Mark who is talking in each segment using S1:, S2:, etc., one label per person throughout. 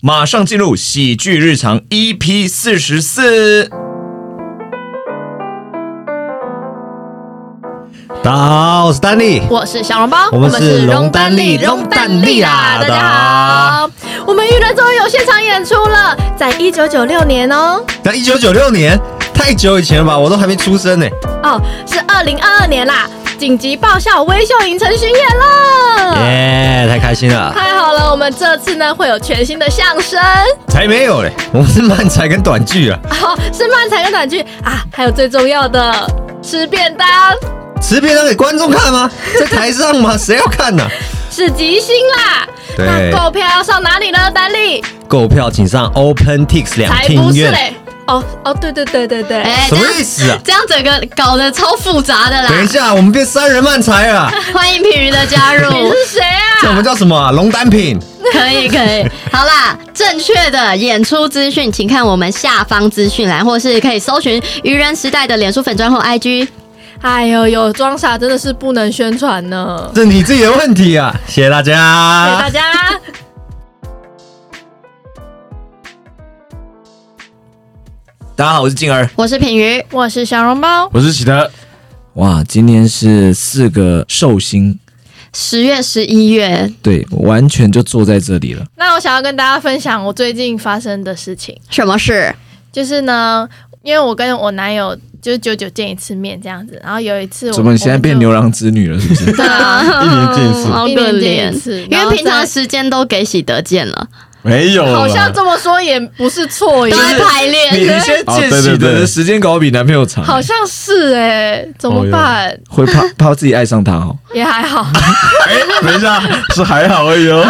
S1: 马上进入喜剧日常
S2: E
S1: EP 四十四。
S2: 大家好，我是丹力。
S3: 我是小笼包，
S2: 我们是
S3: 荣利
S2: 荣丹啊利
S3: 荣利
S2: 啦
S3: 大家好，啊我们娱乐终于有现场演出了，在一九九六年哦，
S2: 那一九九六年，太久以前了吧，我都还没出生呢。
S3: 哦，是二零二二年啦，紧急爆笑微秀影城巡演了。
S2: 耶、太开心了！
S3: 太好了，我们这次呢会有全新的相声，
S2: 才没有嘞，我们是漫才跟短剧啊。
S3: 哦，是漫才跟短剧啊，还有最重要的吃便当，
S2: 吃便当给观众看吗？在台上吗？谁要看呢、
S3: 是即兴啦。
S2: 对
S3: 那购票要上哪里呢？丹利
S2: 购票请上 OpenTix 两
S3: 才不
S2: 厅
S3: 是
S2: 院。
S3: 嘞，哦哦，对对对对对，
S4: 哎、
S2: 什
S4: 这
S2: 么
S4: 样
S2: 意思啊？
S4: 这样整个搞得超复杂的
S2: 等一
S4: 啦。
S2: 下，我们变三人漫才了，
S4: 欢迎品鱼的加入，
S3: 你是谁啊？
S2: 这我们叫什么啊？龙丹品。
S4: 可以可以。好啦，正确的演出资讯，请看我们下方资讯栏，或是可以搜寻愚人时代的脸书粉专或 IG。
S3: 哎呦，有装傻真的是不能宣传呢。
S2: 这你自己的问题啊！谢谢大
S3: 谢
S1: 啊
S2: 家。
S3: 谢大家，
S1: 大家好，我是静儿。
S4: 我是品鱼，
S3: 我是小笼包。
S5: 我是喜德，
S1: 哇，啊今天是四个寿星，
S4: 十月十一月
S1: 对，完全就坐在这里了。
S3: 那我想要跟大家分享我最近发生的事情，
S4: 什么事？
S3: 就是呢，因为我跟我男友就是久久见一次面这样子，然后有一次我
S1: 怎么现在变牛？郎织女了？是不是？
S3: 我们就对
S2: 一年
S3: 啊，
S5: 嗯
S2: 见一次
S4: 好
S3: 一
S4: 可
S3: 年见一
S4: 怜，
S3: 次，
S4: 因
S3: 然后
S4: 为平常
S3: 在
S4: 时间都给喜德见了，
S5: 没有
S3: 好
S5: 了，
S3: 像这么说也不是错耶
S4: 都，在排
S1: 你
S4: 练。
S1: 你现在
S5: 哦
S1: 见
S5: 对对
S1: 喜德
S5: 对
S1: 的时间搞比男朋友长，
S3: 好像是哎，怎么办？
S1: 会怕怕自己爱上他哦。
S3: 也还好，
S5: 哎，等一下是还好而已 哦。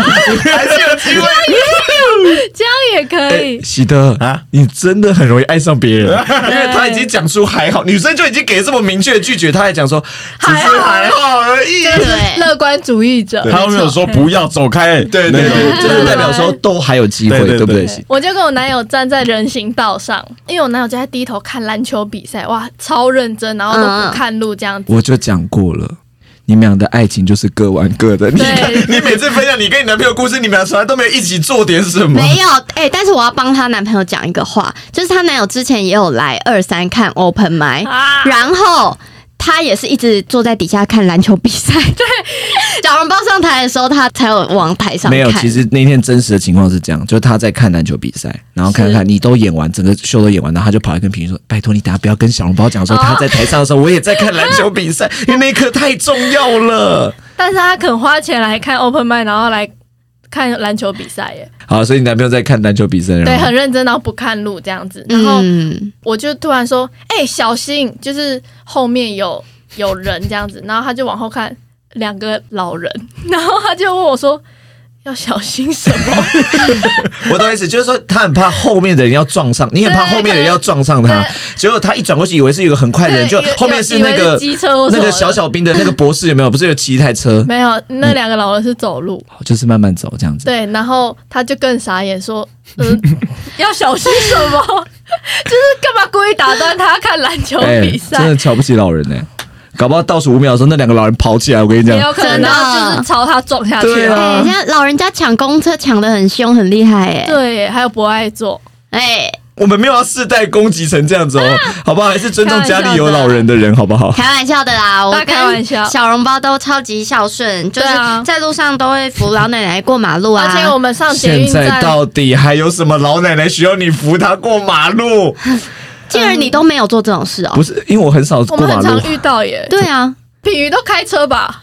S3: 这样也可以
S1: 哎，。喜德
S5: 啊，
S1: 你真的很容易爱上 别人，因为他已经讲出还好，女生就已经给这么明确的拒绝，他还讲说哎只是
S3: 哎
S1: 还好而已。
S4: 对，
S3: 乐观主义者，
S5: 他又没有说不要走开，
S1: 对对
S5: 那
S1: 对，
S5: 种
S1: 就是代表说都还有机会，
S5: 对对
S1: 对不对
S5: 对？
S1: 喜
S3: 我就跟我男友站在人行道上，因为我男友就在低头看篮球比赛，哇，超认真，然后都
S1: 嗯
S3: 不看路这样子。
S6: 我就讲过了，你们俩的爱情就是各玩各的。你
S3: 对，
S1: 你每次分享你跟你男朋友故事，你们俩从来都没有一起做点什么。
S4: 没有哎、但是我要帮她男朋友讲一个话，就是她男友之前也有来二三看 open m i
S3: 啊，
S4: 然后他也是一直坐在底下看篮球比 赛。对，小笼包上台的时候，他才有往台上看。
S6: 没有，哦其实那天真实的情况是这样，就是他在看篮球比赛，然后看看你都演完，整个秀都演完，然后他就跑来跟平云说：“拜托你，等下不要跟小笼包讲说他在台上的时候，我也在看篮球比赛，因为那一刻太重要了。
S3: 但是他肯花钱来看 open m i 然后来看篮球比赛耶，”
S6: 好，所以你男朋友在看篮球比
S1: 嗯
S6: 赛，
S3: 对，
S6: 然后
S3: 很认真，然后不看路这样子。然后
S4: 嗯，
S3: 我就突然说：“哎、小心！”就是后面有有人这样子，然后他就往后看，两个老人， 然后他就问我说：“要小心什 么
S1: 我懂意思，就是说他很怕后面的人要撞上，你很怕后面的人要撞上他，结果他一转过去，以为是一个很快的人，
S3: 对
S1: 就
S3: 以为
S1: 后面是那
S3: 以为
S1: 个
S3: 是机车或什
S1: 那
S3: 么
S1: 个
S3: 的
S1: 小小兵的那个博士有没有？不是有骑一台车？”？
S3: 没有，那两个老人是走路。
S6: 好就是慢慢走这样子。
S3: 对，然后他就更傻眼说：“嗯， 要小心什么？ 就是干嘛故意打断他看篮 球比赛
S6: 哎真？的瞧不起老人呢、搞不好倒数五秒的时候，那两个老人跑起来，我跟你
S3: 也
S6: 讲，
S3: 有可能
S4: 真的
S3: 他就是朝他撞下去
S6: 对
S3: 了。
S6: 啊
S4: 哎、现在老人家抢公车抢的很凶，很厉害哎、
S3: 对耶，还有不爱做，
S4: 哎、
S1: 我们没有要世代攻击成这样子哦， 好不好？还是尊重家里有老人的人，好不好？
S4: 开玩笑的啦，我
S3: 大开玩
S4: 跟
S3: 笑
S4: 小笼包都超级孝顺，就是
S3: 对啊
S4: 在路上都会扶老奶奶过马路啊。
S3: 而且我们上捷
S1: 现
S3: 运
S1: 在
S3: 站，
S1: 到底还有什么老奶奶需要你扶她过马路？
S4: 竟然你都没有做这种事哦、
S6: 不是因为我很少
S3: 我
S6: 过
S3: 们
S6: 马
S3: 很
S6: 路
S3: 常，遇到耶。
S4: 对啊，
S3: 品瑜都开车 吧？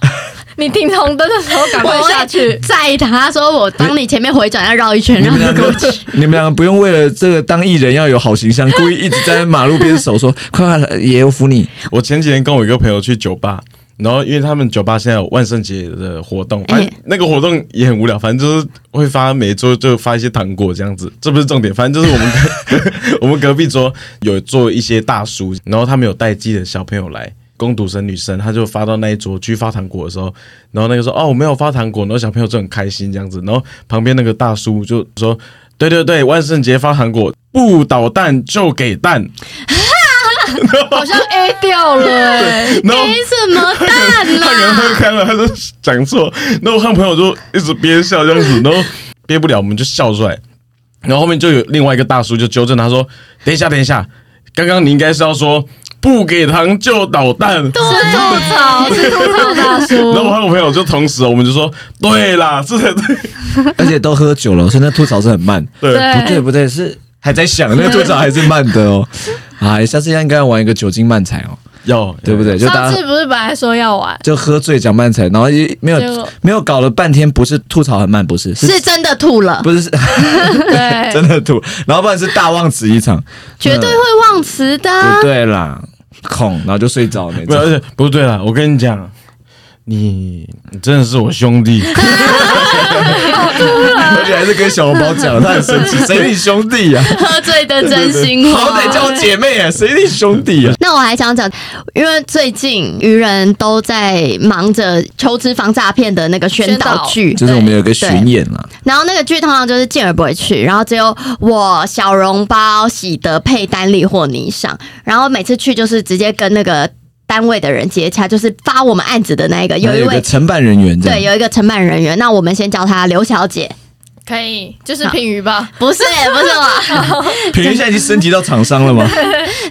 S3: 你停红灯的时候赶快下去。
S4: 载他说我帮你前面回转要绕一圈，
S6: 你
S4: 让
S6: 们
S4: 你
S6: 两
S4: 过
S6: 个
S4: 去。，
S6: 你们两个不用为了这个当艺人要有好形象，故意一直在马路边手说：“快快来，爷，我扶你。
S5: 我前几天跟我一个朋友去酒吧，然后因为他们酒吧现在有万圣节的活动，反正
S4: 哎
S5: 那个活动也很无聊，反正就是会发每桌就发一些糖果这样子，这不是重点，反正就是我们隔 我们隔壁桌有做一些大叔，然后他们有带自己的小朋友来。攻读生女生，她就发到那一桌去发糖果的时候，然后那个说哦我没有发糖果，然后小朋友就很开心这样子，然后旁边那个大叔就说对对对，万圣节发糖果不捣蛋就给蛋，
S3: 好像 A 掉了耶，
S5: 然后
S4: 给什么蛋
S5: 他可能喝
S4: 啦？
S5: 开了，他就讲错。那我和朋友就一直憋笑这样子，然后憋不了，我们就笑出来。然后后面就有另外一个大叔就纠正他说：“等一下，等一下，刚刚你应该是要说不给糖就捣蛋。”
S4: 是吐槽，是吐槽的。
S5: 然后我和我朋友就同时，我们就说：“对啦，是 的，对
S6: 而且都喝酒了，所以那吐槽是很慢。
S5: 对。
S4: 哎
S6: 不对不对，是还在想那个吐槽还是慢的 哦。哎，下次应该玩一个酒精慢踩哦，”
S5: 要
S6: 对不？对？就大
S3: 上
S6: 家
S3: 次不是本来说要玩，
S6: 就喝醉讲慢踩，然后也没有
S3: 结果
S6: 没有搞了半天，不是吐槽很慢，不是是
S4: 是真的吐 了，
S6: 不是是
S3: 对，
S6: 真的吐，然后不然是大忘词一场，
S4: 绝对会忘词的啊。
S6: 不对啦，空，然后就睡着那
S5: 没有，而
S6: 种。
S5: 且不对啦，我跟你讲，你你真的是我 兄弟，
S6: 而且还是跟小笼包 讲，他很生气，谁你兄弟呀、
S4: 喝醉的真心话。
S6: 好歹叫我姐妹啊，谁你兄弟呀、
S4: 那我还想讲，因为最近愚人都在忙着求职防诈骗的那个宣导剧，
S6: 就是我们有一个巡演啦，
S4: 然后那个剧通常就是健儿不会去，然后只有我小笼包、喜德、配丹利或你上，然后每次去就是直接跟那个单位的人接洽，就是发我们案子的那一个，
S6: 然
S4: 有
S6: 后
S4: 一
S6: 有一个
S4: 位
S6: 承办人员这样
S4: 对，有一个承办人员，那我们先叫她刘小姐，
S3: 可以，就是品鱼吧。
S4: 不是不是我，
S6: 平云现在已经升级到厂商了吗？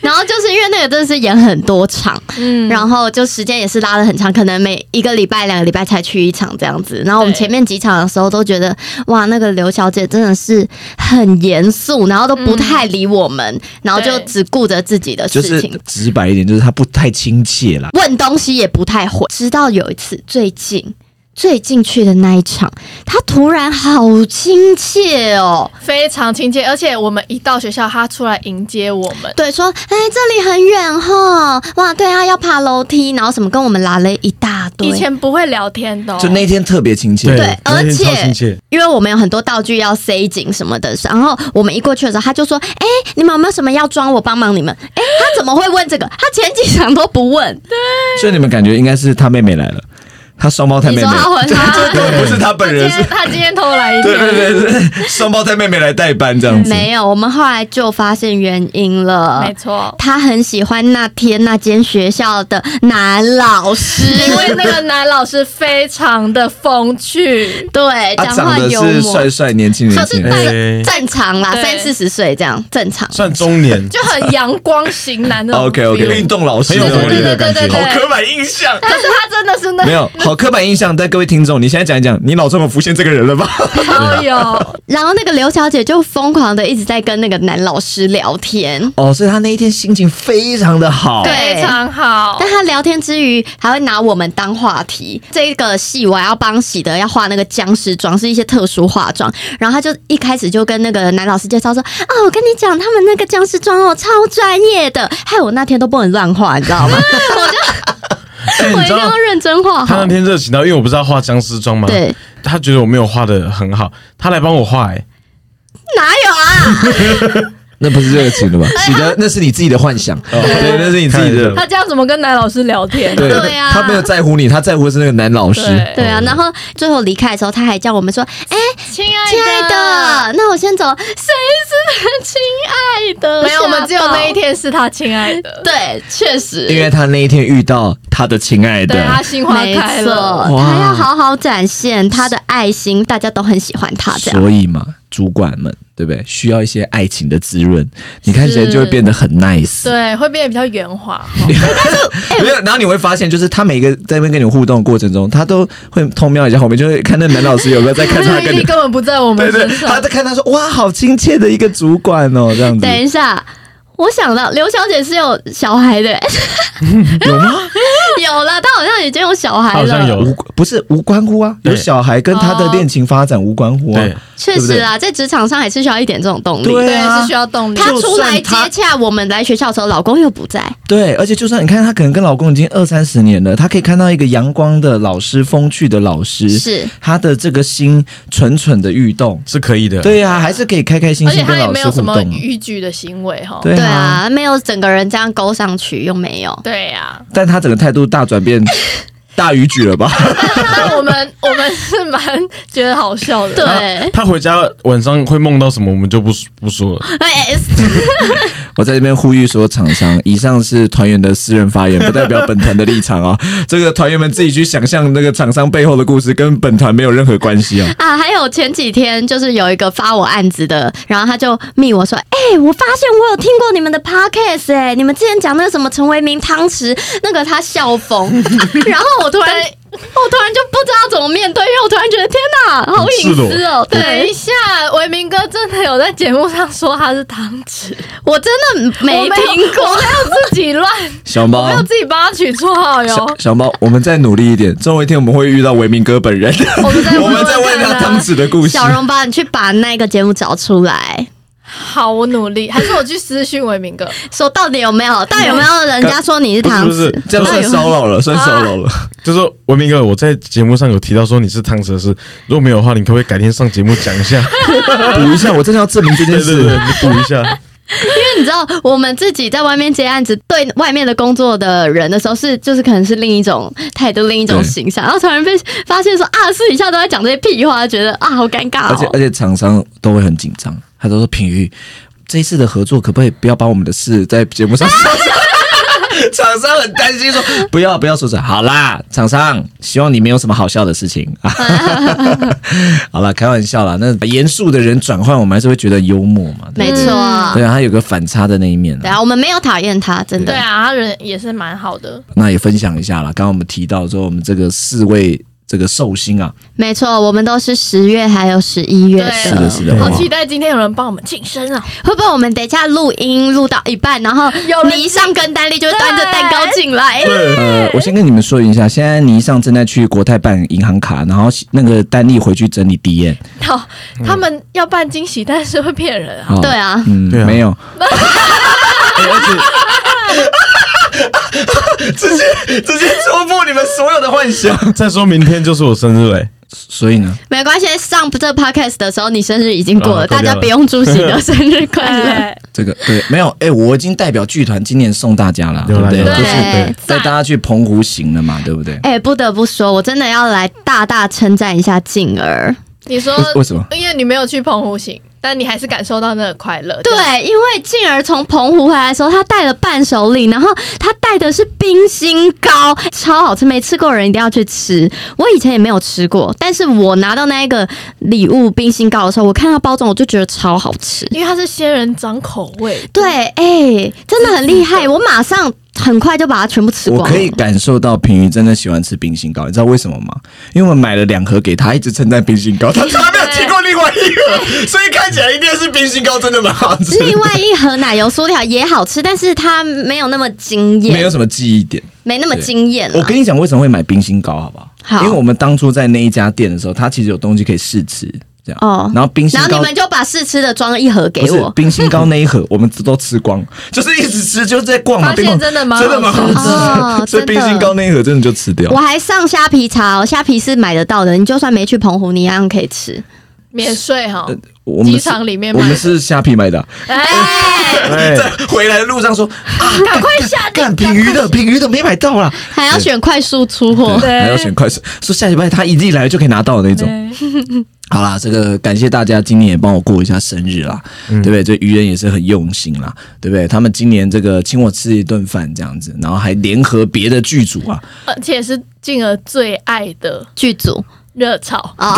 S4: 然后就是因为那个真的是演很多场，
S3: 嗯，
S4: 然后就时间也是拉的很长，可能每一个礼拜、两个礼拜才去一场这样子。然后我们
S3: 对
S4: 前面几场的时候都觉得，哇，那个刘小姐真的是很严肃，然后都不太理我们，然后就
S3: 对
S4: 只顾着自己的
S6: 就
S4: 事
S6: 是
S4: 情。
S6: 直白一点，就是他不太亲切啦。
S4: 问东西也不太会。直到有一次，最近最近去的那一场，她突然好亲切哦，
S3: 非常亲切，而且我们一到学校，他出来迎接我们。
S4: 对，说哎这里很远哈，哇，对啊，要爬楼梯，然后什么跟我们拉了一大堆。
S3: 以前不会聊天的、哦，
S6: 就那天特别亲切，
S4: 对
S5: 那天
S4: 而且
S5: 超亲切，
S4: 因为我们有很多道具要塞紧什么的，然后我们一过去的时候，他就说：“哎、你们有没有什么要装？我帮忙你们。哎，他怎么会问这个？他前几场都不问。
S6: 所以你们感觉应该是他妹妹来了，他双胞胎
S4: 你
S6: 妹
S4: 说啊
S6: 妹，
S4: 他混
S6: 这
S4: 他
S6: 根本不是他
S3: 他
S6: 本
S3: 今
S6: 人，是
S3: 天他今天偷来一
S6: 对
S3: 点，
S6: 对对对，双胞胎妹妹来代班这样子。
S4: 没有，我们后来就发现原因了
S3: 没。错，
S4: 他很喜欢那天那间学校的男老师，
S3: 因为那个男老师非常的风趣，
S4: 对
S6: 他
S4: 讲
S6: 啊长
S4: 话
S6: 得
S4: 幽
S6: 是
S4: 默，
S6: 帅帅、年轻年
S4: 可是
S6: 轻
S4: 大
S6: 的，
S5: 哎
S4: 正常啦，
S3: 对
S4: 三四十岁这样正常。
S5: 算中年，
S3: 就很阳光型男的
S6: OK OK，运动老师
S5: 很有活力的感
S3: 对对对对
S5: 觉
S3: 对。
S6: 好刻板印象。
S3: 但是他真的是那
S6: 没有好刻板印象，但各位听众，你现在讲一讲，你脑中有浮现这个人 了吧？
S3: 超有，
S4: 然后那个刘小姐就疯狂的一直在跟那个男老师聊天，
S6: 哦，所以他那一天心情非常的好，
S4: 对
S3: 非常好
S4: 但，他聊天之余还会拿我们当话题。这个戏我还要帮喜德要画那个僵尸妆，是一些特殊化妆。然后他就一开始就跟那个男老师介绍说：“啊，我跟你讲，他们那个僵尸妆哦，超专业的，害我那天都不能乱画，你知道吗？
S5: 哎
S4: 我
S5: 你
S4: 一
S5: 知
S4: 定
S5: 道
S4: 要认真画
S5: 他
S4: 好
S5: 那。天热情到，因为我不是要化僵尸妆吗？
S4: 对，
S5: 他觉得我没有画的很好，他来帮我画，哎，
S4: 哪有啊？
S6: 那不是热情了吧？喜德，那是你自己的幻想，对，那是你自己的。
S3: 他这样怎么跟男老师聊天？
S6: 对
S4: 对啊
S6: 他没有在乎你，他在乎的是那个男老师。
S3: 对，
S4: 对啊。然后最后离开的时候，他还叫我们说：“哎、
S3: 亲爱
S4: 亲爱的，那我先走。”谁是亲爱的？
S3: 没有，我们只有
S4: 吓到
S3: 那一。天是他亲爱的，
S4: 对，确实，
S6: 因为他那一天遇到他的亲爱
S3: 对他
S6: 的，
S3: 心花开了，
S6: 哇
S4: 他要好好展现他的爱心，大家都很喜欢他这样。
S6: 所以嘛，主管们对不对？需要一些爱情的滋润，你看起来就会变得很 nice。
S3: 对，会变得比较圆滑，
S4: 哎
S6: 没有，然后你会发现，就是他每个在那边跟你互动的过程中，他都会偷瞄一下后面，就会看那男老师有没有在看他
S3: 注意
S6: 跟
S3: 力
S6: 你。
S3: 根本不在我们
S6: 对对
S3: 身，
S6: 他
S3: 上。
S6: 在看他说哇，好亲切的一个主管哦，这样子
S4: 等一下，我想到刘小姐是有小孩的、
S6: 有吗？
S4: 有了，她好像已经有小
S5: 他
S4: 孩
S5: 好像
S4: 了。
S6: 无
S5: 有，
S6: 不是无关乎啊，
S5: 对
S6: 有小孩跟他的恋情发展无关乎啊。
S5: 对，
S4: 确实啊，在职场上还是需要一点这种动力。
S6: 对
S3: 对，
S6: 啊
S3: 是需要动力。
S4: 她
S6: 就
S4: 出来
S6: 算她
S4: 接洽我们来学校的时候，老公又不在，
S6: 对，而且就算你看她可能跟老公已经二三十年了，她可以看到一个阳光的老师、风趣的老师，
S4: 是
S6: 她的这个心蠢蠢的欲动。
S5: 是可以的，
S6: 对呀、还是可以开开心
S3: 而且
S6: 心
S3: 他
S6: 跟
S3: 也
S6: 老
S3: 没
S6: 师
S3: 有
S6: 互
S3: 什么
S6: 动。
S3: 逾矩的行为哈。
S6: 对
S4: 对
S6: 啊，
S4: 啊，没有整个人这样勾上去又没有。
S3: 对呀，
S6: 但她整个态度大转变，大鱼举了吧？
S3: 但我们我们是蛮觉得好笑的。
S4: 对，
S5: 他回家晚上会梦到什么，我们就不不 说了。
S4: 哎，
S6: 我在这边呼吁所有厂商，以上是团员的私人发言，不代表本团的立场哦。 这个团员们自己去想象那个厂商背后的故事，跟本团没有任何关系哦。
S4: 啊，还有前几天就是有一个发我案子的，然后他就密我说：“哎、我发现我有听过你们的 podcast 哎、你们之前讲那个什么陈为民汤匙，那个他笑 疯，然后我突然我突然就不知道怎么面对，因为我突然觉得天哪，好隐私哦、
S3: 等一
S4: 对
S3: 下，维明哥真的有在节目上说他是汤匙，
S4: 我真的没听过，
S3: 我没有自己 乱，
S6: 小猫
S3: 没，有哦自己帮他取绰号哟
S6: 小。小猫，我们再努力一点，总有一天我们会遇到维明哥本人，
S3: 我们在
S6: 我们在问他当时的故事
S4: 小。笼包，你去把那个节目找出来，
S3: 好，我努力，还是我去私讯维明哥。
S4: 说到底有没有？到底有没有人家说你是
S5: 不是
S4: 汤
S5: 不
S4: 匙
S5: 是？，
S6: 这样
S5: 就是
S6: 算骚扰了，算骚扰了。
S5: 就是文明哥，我在节目上有提到说你是汤匙的事，如果没有的话，你可不可以改天上节目讲一下？
S6: 补一下，我真的要证明这件
S5: 对对对，
S6: 事。
S5: 你补一 下。
S4: 你知道，我们自己在外面接案子，对外面的工作的人的时候是，就是可能是另一种态度，另一种
S6: 对
S4: 形象。然后突然被发现说啊，私底下都在讲这些屁话，觉得啊好尴尬
S6: 而且而
S4: 哦。
S6: 且厂商都会很紧张，他都说品瑜，这一次的合作可不可以不要把我们的事在节目上说？厂商很担心说不要不要说这，好啦，厂商希望你没有什么好笑的事情啊。好啦，开玩笑啦，那严肃的人转换，我们还是会觉得幽默嘛。对
S4: 没错，
S6: 对啊，他有个反差的那一面啊
S4: 对啊，我们没有讨厌他，真的。
S3: 对啊，他人也是蛮好的。
S6: 那也分享一下啦，刚刚我们提到说我们这个四位这个寿星啊，
S4: 没错，我们都是十月还有十一月
S3: 对啊
S6: 是的，是的，
S3: 好
S6: 哇
S3: 期待今天有人帮我们庆生啊！
S4: 会不会我们等一下录音录到一半，然后
S3: 有人
S4: 倪尚跟丹丽就端着蛋糕进来？
S6: 呃，我先跟你们说一下，现在倪尚正在去国泰办银行卡，然后那个丹丽回去整理 D N。
S3: 好，他们要办惊喜，但是会骗人啊！
S6: 好
S4: 对，啊，
S6: 嗯，
S5: 对啊
S6: 没有，
S1: 直接直接戳破你们所有的幻想。
S5: 再说明天就是我生日哎嘞，
S6: 所以呢，
S4: 没关系。上这 podcast 的时候，你生日已经过了，
S5: 啊过掉
S4: 大
S5: 了
S4: 家不用祝喜的生日快乐。
S3: 哎，
S6: 这个对，没有，哎、我已经代表剧团今年送大家了，对
S5: 有
S6: 不
S5: 啦
S6: 对？
S5: 有
S6: 就
S5: 啦，
S6: 是
S4: 对
S5: 对，
S6: 带大家去澎湖行了嘛，对不对？
S4: 哎、不得不说，我真的要来大大称赞一下静儿。
S3: 你说
S6: 为为什么？
S3: 因为你没有去澎湖行，但你还是感受到那个快乐。这样，
S4: 对，因为静儿从澎湖回来的时候，她带了伴手礼，然后她带的是冰心糕，超好吃，没吃过的人一定要去吃。我以前也没有吃过，但是我拿到那一个礼物冰心糕的时候，我看到包装我就觉得超好吃。
S3: 因为它是仙人掌口味。
S4: 对，哎、真的很厉害，我马上很快就把它全部吃
S6: 我
S4: 光
S6: 可以
S4: 了。
S6: 感受到平鱼真的喜欢吃冰心糕，你知道为什么吗？因为我买了两盒给他，一直称赞冰心糕，他
S1: 他没有提过另外一个，所以看起来一定是冰心糕真的蛮好吃的。
S4: 另外一盒奶油酥条也好吃，但是它没有那么惊艳，
S6: 没有什么记忆点。
S4: 没那么惊艳啊了。
S6: 我跟你讲，为什么会买冰心糕，好不好？
S4: 好
S6: 因为我们当初在那一家店的时候，它其实有东西可以试吃，这样。
S4: 哦
S6: 然后冰心
S4: 然后你
S6: 糕
S4: 们就把试吃的装了一盒给
S6: 不是
S4: 我。
S6: 冰心糕那一盒，我们都吃光，就是一直吃，就是在逛嘛，
S3: 发现
S6: 边逛
S3: 真的蛮好
S6: 真的蛮好吃
S4: 哦真的
S6: 所以冰心糕那一盒真的就吃掉
S4: 我。还上虾皮查、哦，虾皮是买得到的，你就算没去澎湖，你一样可以吃。
S3: 免税哈，
S6: 我们是
S3: 机场里面买
S6: 我
S3: 的
S6: 们是虾皮买的啊，
S3: 哎，
S5: 哎，
S1: 在回来的路上说
S3: 赶快下定，
S6: 啊干品鱼的品鱼的没买到啦，
S4: 还要选快速出货，
S3: 对
S6: 还要选快手，说下礼拜他一进来就可以拿到的那种。 好啦，这个感谢大家今年也帮我过一下生日啦，对不对？这愚人也是很用心啦，对不对？他们今年这个请我吃一顿饭这样子，然后还联合别的剧组啊，
S3: 而且是静儿最爱的
S4: 剧组
S3: 热炒。
S4: 啊，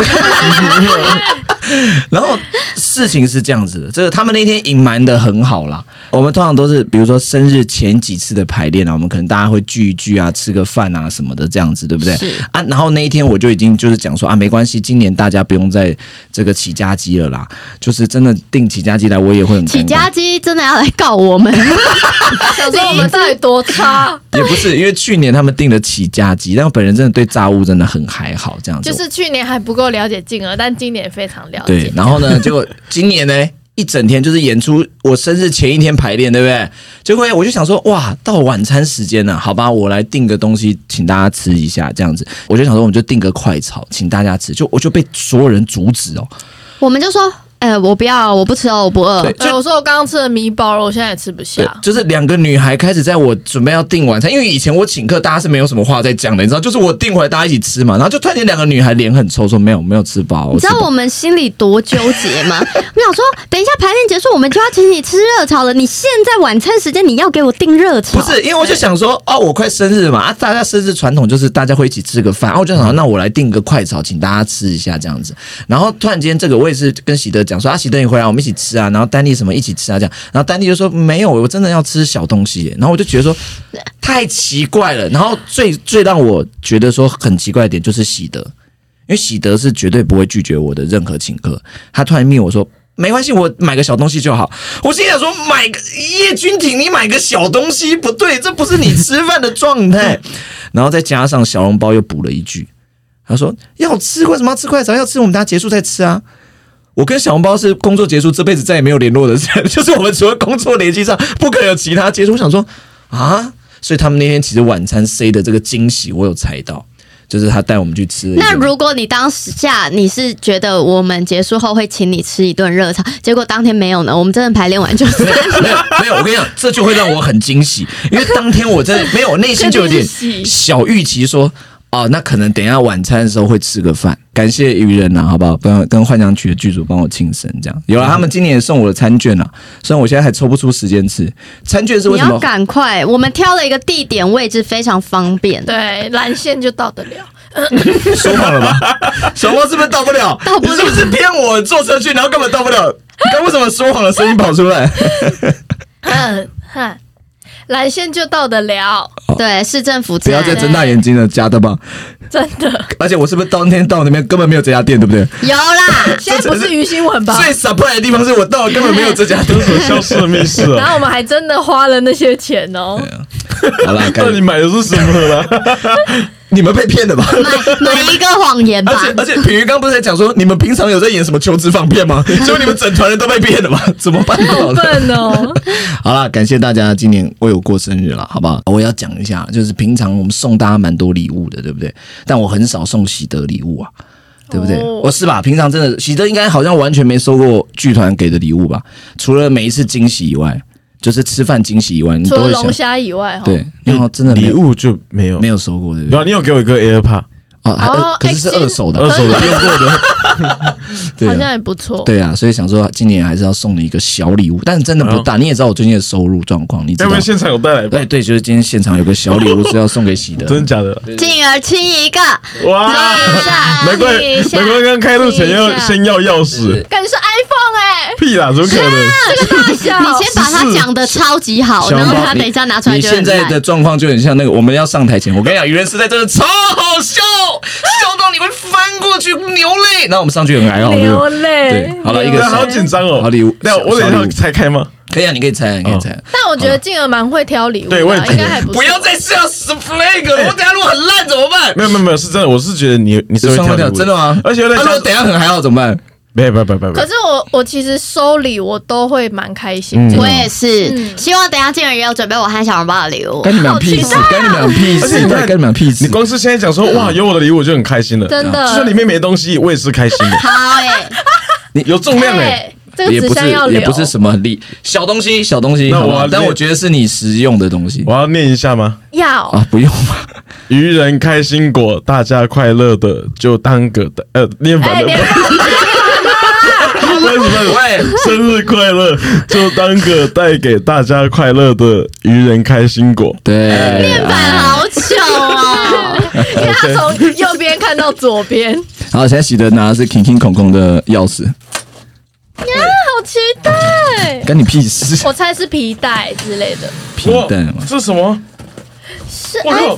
S6: 然后事情是这样子的，这个他们那天隐瞒的很好啦。我们通常都是比如说生日前几次的排练啊，我们可能大家会聚一聚啊，吃个饭啊什么的，这样子对不对？啊，然后那一天我就已经就是讲说啊，没关系，今年大家不用再这个起家鸡了啦，就是真的订起家鸡来，我也会很
S4: 起
S6: 尴
S4: 家
S6: 尬。
S4: 鸡真的要来告我们，
S6: 啊
S3: 想说我们到底多差，
S6: 也不是，因为去年他们订了起家鸡，但我本人真的对炸物真的很还好，这样 子。
S3: 就是去年还不够了解静儿，但今年非常了
S4: 啊
S6: 对
S3: 解，。呃
S6: 然后 呢，结果今年呢，一整天就是演出，我生日前一天排练，对不对？结果我就想说，哇，到晚餐时间了，好吧，我来订个东西请大家吃一下，这样子，我就想说，我们就订个快炒，请大家吃，就我就被所有人阻止哦，
S4: 我们就说呃，我不要，我不吃哦，我啊不饿
S6: 对。
S3: 哎、我说我刚刚吃了米包了，我现在也吃不
S6: 对
S3: 下，。
S6: 就是两个女孩开始在我准备要订晚餐，因为以前我请客，大家是没有什么话在讲的，你知道，就是我订回来大家一起吃嘛，然后就突然间两个女孩脸很臭，说没有没有吃饱，
S4: 你知道
S6: 吃饱
S4: 我们心里多纠结吗？ 我想说，等一下排练结束，我们就要请你吃热炒了。你现在晚餐时间，你要给我订热炒？
S6: 不是，因为我就想说，哦，我快生日嘛，啊，大家生日传统就是大家会一起吃个饭，啊，我就想说，那我来订个快炒，请大家吃一下这样子。然后突然间，这个我也是跟喜德讲说，啊，喜德你回来，我们一起吃啊，然后丹妮什么一起吃啊，这样。然后丹妮就说没有，我真的要吃小东西耶。然后我就觉得说太奇怪了。然后最最让我觉得说很奇怪的点就是喜德，因为喜德是绝对不会拒绝我的任何请客。他突然命我说。没关系，我买个小东西就好。我心想说，买个叶君婷，你买个小东西不对，这不是你吃饭的状 态。然后再加上小笼包又补了一句，他说要吃为什么要吃快炒？要吃我们大家结束再吃啊。我跟小笼包是工作结束这辈子再也没有联络的人， 就是我们除了工作联系上，不可能有其他接触。我想说啊，所以他们那天其实晚餐 C 的这个惊喜，我有猜到，就是他带我们去吃了一个。
S4: 那如果你当下你是觉得我们结束后会请你吃一顿热炒，结果当天没有呢？我们真的排练完就散
S6: 没有没有没有，我跟你讲，这就会让我很惊喜，因为当天我真的没有，我内心就有 点小预期说。哦，那可能等一下晚餐的时候会吃个饭。感谢愚人呐、啊好不好？跟跟幻想曲的剧组帮我庆生，这样有了。他们今年也送我的餐券啊，虽然我现在还抽不出时间吃。餐券是
S4: 你
S6: 为什
S4: 要
S6: 么？
S4: 赶快，我们挑了一个地点位置非常方便，
S3: 对，蓝线就到得了。
S1: 说谎了 吧？小猫是不是到不了？
S4: 到不了
S1: 你是不是骗我坐车去，然后根本到不了？你刚为什么说谎的声音跑出来？
S4: 啊
S3: 嗯哼，蓝线就到得了，
S4: 对，市政府
S6: 哦不要再
S4: 站
S6: 睁大眼睛了，假的吧？
S3: 真的。
S6: 而且我是不是当天到那边根本没有这家店，对不对？
S4: 有啦，
S3: 现在不是鱼腥文吧？
S1: 最 surprise 的地方是我到了根本没有这家店
S5: 这。是什么消失的密室
S3: 然
S5: 啊？
S3: 后我们还真的花了那些钱哦，
S6: 好了，
S5: 到 底
S6: 感
S5: 买的是什么啦？
S1: 你们被骗的吧？
S4: 买买一个谎言
S1: 而
S4: 吧。
S1: 且而且，品鱼刚不是在讲说，你们平常有在演什么求职放骗吗？结果你们整团人都被骗了 吧？怎么办到
S3: 好
S1: 的？
S3: 笨哦。
S6: 好了，感谢大家今年为我过生日了，好不好？我要讲一下，就是平常我们送大家蛮多礼物的，对不对？但我很少送喜德礼物啊，对不对？
S3: 哦
S6: 我是吧？平常真的喜德应该好像完全没收过剧团给的礼物吧？除了每一次惊喜以外，就是吃饭惊喜以外，你
S3: 除
S6: 都
S3: 了
S6: 会
S3: 龙
S6: 想
S3: 虾以外，哈，哦
S6: 对，然后真的没
S5: 礼
S6: 有
S5: 物就没有
S6: 没。有收过，对不对
S5: 然？后你有给我一个 AirPod，
S6: 哦，还
S3: 哦
S6: 可是是
S3: 哎其实
S6: 二手的，哦
S5: 二手的用过的，
S6: 对
S3: 好
S6: 啊
S3: 像也不错。
S6: 对啊，所以想说今年还是要送你一个小礼物，但真的
S5: 哦
S6: 不大。你也知道我最近的收入状况，你知
S5: 要
S6: 道
S5: 不。然现场有带来吧
S6: 哎，？对，就是今天现场有个小礼物是要送给喜德，
S5: 真的假的？
S4: 进而亲一个，
S6: 啊
S5: 哇！
S4: 下
S5: 难怪
S4: 一下
S5: 难怪刚开路前要
S4: 一下
S5: 先要钥匙，
S3: 感觉是 iPhone 哎、
S5: 屁啦，怎么可能？
S3: 大小。
S4: 你先把它讲的超级好，
S6: 小
S4: 哦然
S6: 笼
S4: 后
S6: 包
S4: 他
S6: 你
S4: 等一下拿出来
S6: 你
S4: 就很
S6: 现在的
S4: 烂。
S6: 状况就很像那个我们要上台前，我跟你讲，愚人时代真的超好笑，笑到你会翻过去流泪。那我们上去很还好，对
S3: 流
S6: 吧
S3: 泪
S6: 对，好了一个
S5: 对好紧张哦！
S6: 好礼物
S5: 那我等
S6: 小礼
S5: 一
S6: 物
S5: 下拆开吗？
S6: 可以啊，你可以猜，你
S5: 哦
S6: 可以猜。
S3: 但我觉得静儿蛮会挑礼物的，啊
S5: 对我也觉得
S3: 应该还不错
S1: 不要再下 flag 了，我等下如果很烂怎么办？
S5: 没有没有没有，是真的，我是觉得你你是会
S6: 上
S5: 挑
S6: 不
S5: 礼
S6: 了，
S5: 物
S6: 真的吗？啊
S5: 而且有点
S6: 那如果
S5: 像，
S6: 等一下很还好怎么办？
S5: 没有没有没有没有没
S3: 可
S5: 有，
S3: 是我我其实收礼我都会蛮开心的，
S4: 我也是，
S3: 嗯
S4: 希望等一下进而也有准备我和小笼包的礼物。
S6: 跟你们俩屁事，
S3: 啊
S6: 跟你们俩屁
S5: 而且
S6: 事，
S5: 你看
S6: 跟你们俩屁
S5: 你
S6: 事。
S5: 光是现在讲说哇有我的礼物我就很开心了，
S3: 真
S5: 就算里
S3: 的。
S5: 面没东西我也是开心 的，
S4: 好
S6: 啊
S4: 哎，
S5: 有重量哎，
S3: 这个
S6: 也
S3: 纸
S6: 不
S3: 箱
S6: 是
S3: 要留，
S6: 也不是什么力小东西，小东西，
S5: 那
S6: 好不
S5: 我
S6: 好
S5: 要
S6: 但我觉得是你实用的东西
S5: 我要念一下吗？
S3: 要
S6: 啊，不用吧？
S5: 愚人开心果，大家快乐的就当个的呃念反
S3: 哎
S5: 了，
S3: 连
S5: 为什么？
S1: 喂，
S5: 生日快乐！就当个带给大家快乐的愚人开心果。
S6: 对，
S4: 面板好糗哦。
S3: 因为他从右边看到左 边，啊，
S6: 然后现在喜德拿的是 King King 孔孔的钥匙，
S3: 好期待！
S6: 干你屁事！
S3: 我猜是皮带之类的，
S6: 平淡嘛
S5: 哇，这是什么？
S3: 是
S5: 我靠
S3: iPhone 吗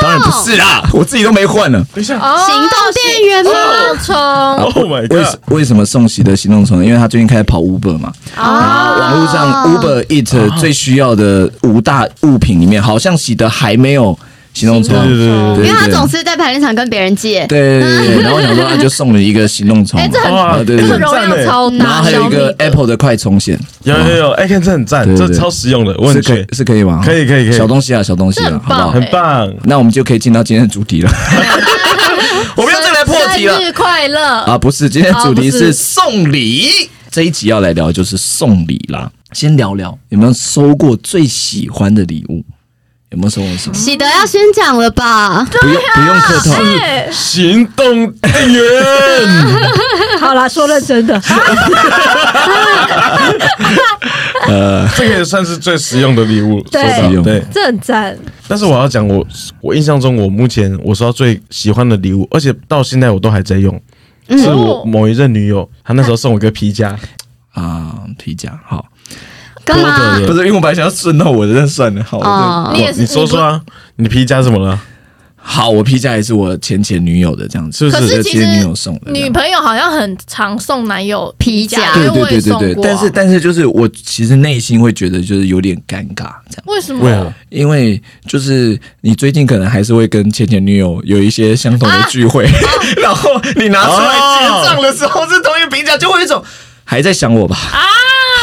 S6: 当然不是
S5: 啊
S6: 啦，我自己都没换呢。
S5: 等一下
S3: 哦
S4: 行动电源吗
S3: 行动
S5: ，Oh my
S6: 为什
S5: god！
S6: 为什么送喜德行动虫呢？因为他最近开始跑 Uber 嘛，
S3: 充哦，
S6: 网络上 Uber
S5: 啊
S6: Eat 最需要的五大物品里面，好像喜德还没有行动虫。
S5: 对对
S6: 对
S5: 对
S4: 因
S6: 对
S4: 为他总是在排练场跟别人借。
S6: 对对对，然后我想说，啊，就送了一个行动虫，
S3: 哎这很
S6: 啊对
S3: 这
S6: 对
S3: 个
S6: 对，
S3: 容量超
S6: 然
S3: 大，
S6: 后还有一
S3: 小米
S6: 个
S3: 的
S6: Apple 的快充线，
S5: 有有有，哎，看这很赞，
S6: 对对
S5: 这
S6: 对
S5: 超实用的，我很
S6: 是可以
S5: 缺，
S6: 是可以吗？
S5: 可以可以可以
S6: 小东西啊，小东西
S3: 这
S6: 啊，
S3: 很
S6: 好不好
S3: 棒？
S5: 很棒。
S6: 那我们就可以进到今天的主题了。
S1: 我们用这个来破题
S3: 生
S1: 了
S3: 日快乐！
S6: 啊，不是，今天
S3: 哦
S6: 主题
S3: 不
S6: 是
S3: 是
S6: 送礼。这一集要来聊就是送礼啦。先聊聊有没有收过最喜欢的礼物？有没有收过什么？
S4: 喜德要先讲了吧？
S3: 啊
S6: 不用不用客套，
S3: 哎
S5: 行动电 源，
S7: 好啦，说认真的，
S5: 这个也算是最实用的礼物，
S7: 对
S3: 哎
S5: 收到
S6: 实用
S5: 对。
S7: 这很赞。
S5: 但是我要讲，我我印象中，我目前我收到最喜欢的礼物，而且到现在我都还在用，
S3: 嗯
S5: 是
S3: 哦
S5: 我某一任女友，她那时候送我一个 皮夹，
S6: 啊，皮夹好，
S4: 干
S5: 多
S4: 嘛？
S5: 的
S1: 不
S5: 耶
S1: 是，因为我本来想要顺到我的，但算了，好，我
S4: 哦，
S3: 啊你也是
S5: 你说说啊，你皮夹怎么啊了？
S6: 好，我皮夹也是我前前女友的这样子，
S5: 是不
S3: 可
S5: 是
S3: 是
S6: 这
S3: 其
S6: 前女友
S3: 实
S6: 送的这
S3: 女
S6: 样。
S3: 朋友好像很常送男友
S4: 皮夹
S3: 因
S6: 对
S3: 为
S6: 对
S3: 我也
S6: 对
S3: 送
S6: 对对，
S3: 过啊。
S6: 但是但是就是我其实内心会觉得就是有点尴尬这样。
S3: 为什
S5: 为
S3: 么
S5: 何？
S6: 因为就是你最近可能还是会跟前前女友有一些相同的聚
S3: 啊
S6: 会，
S3: 哦
S6: 然后你拿出来结账的时候，这同学评价就会有一种哦还在想我吧，
S3: 啊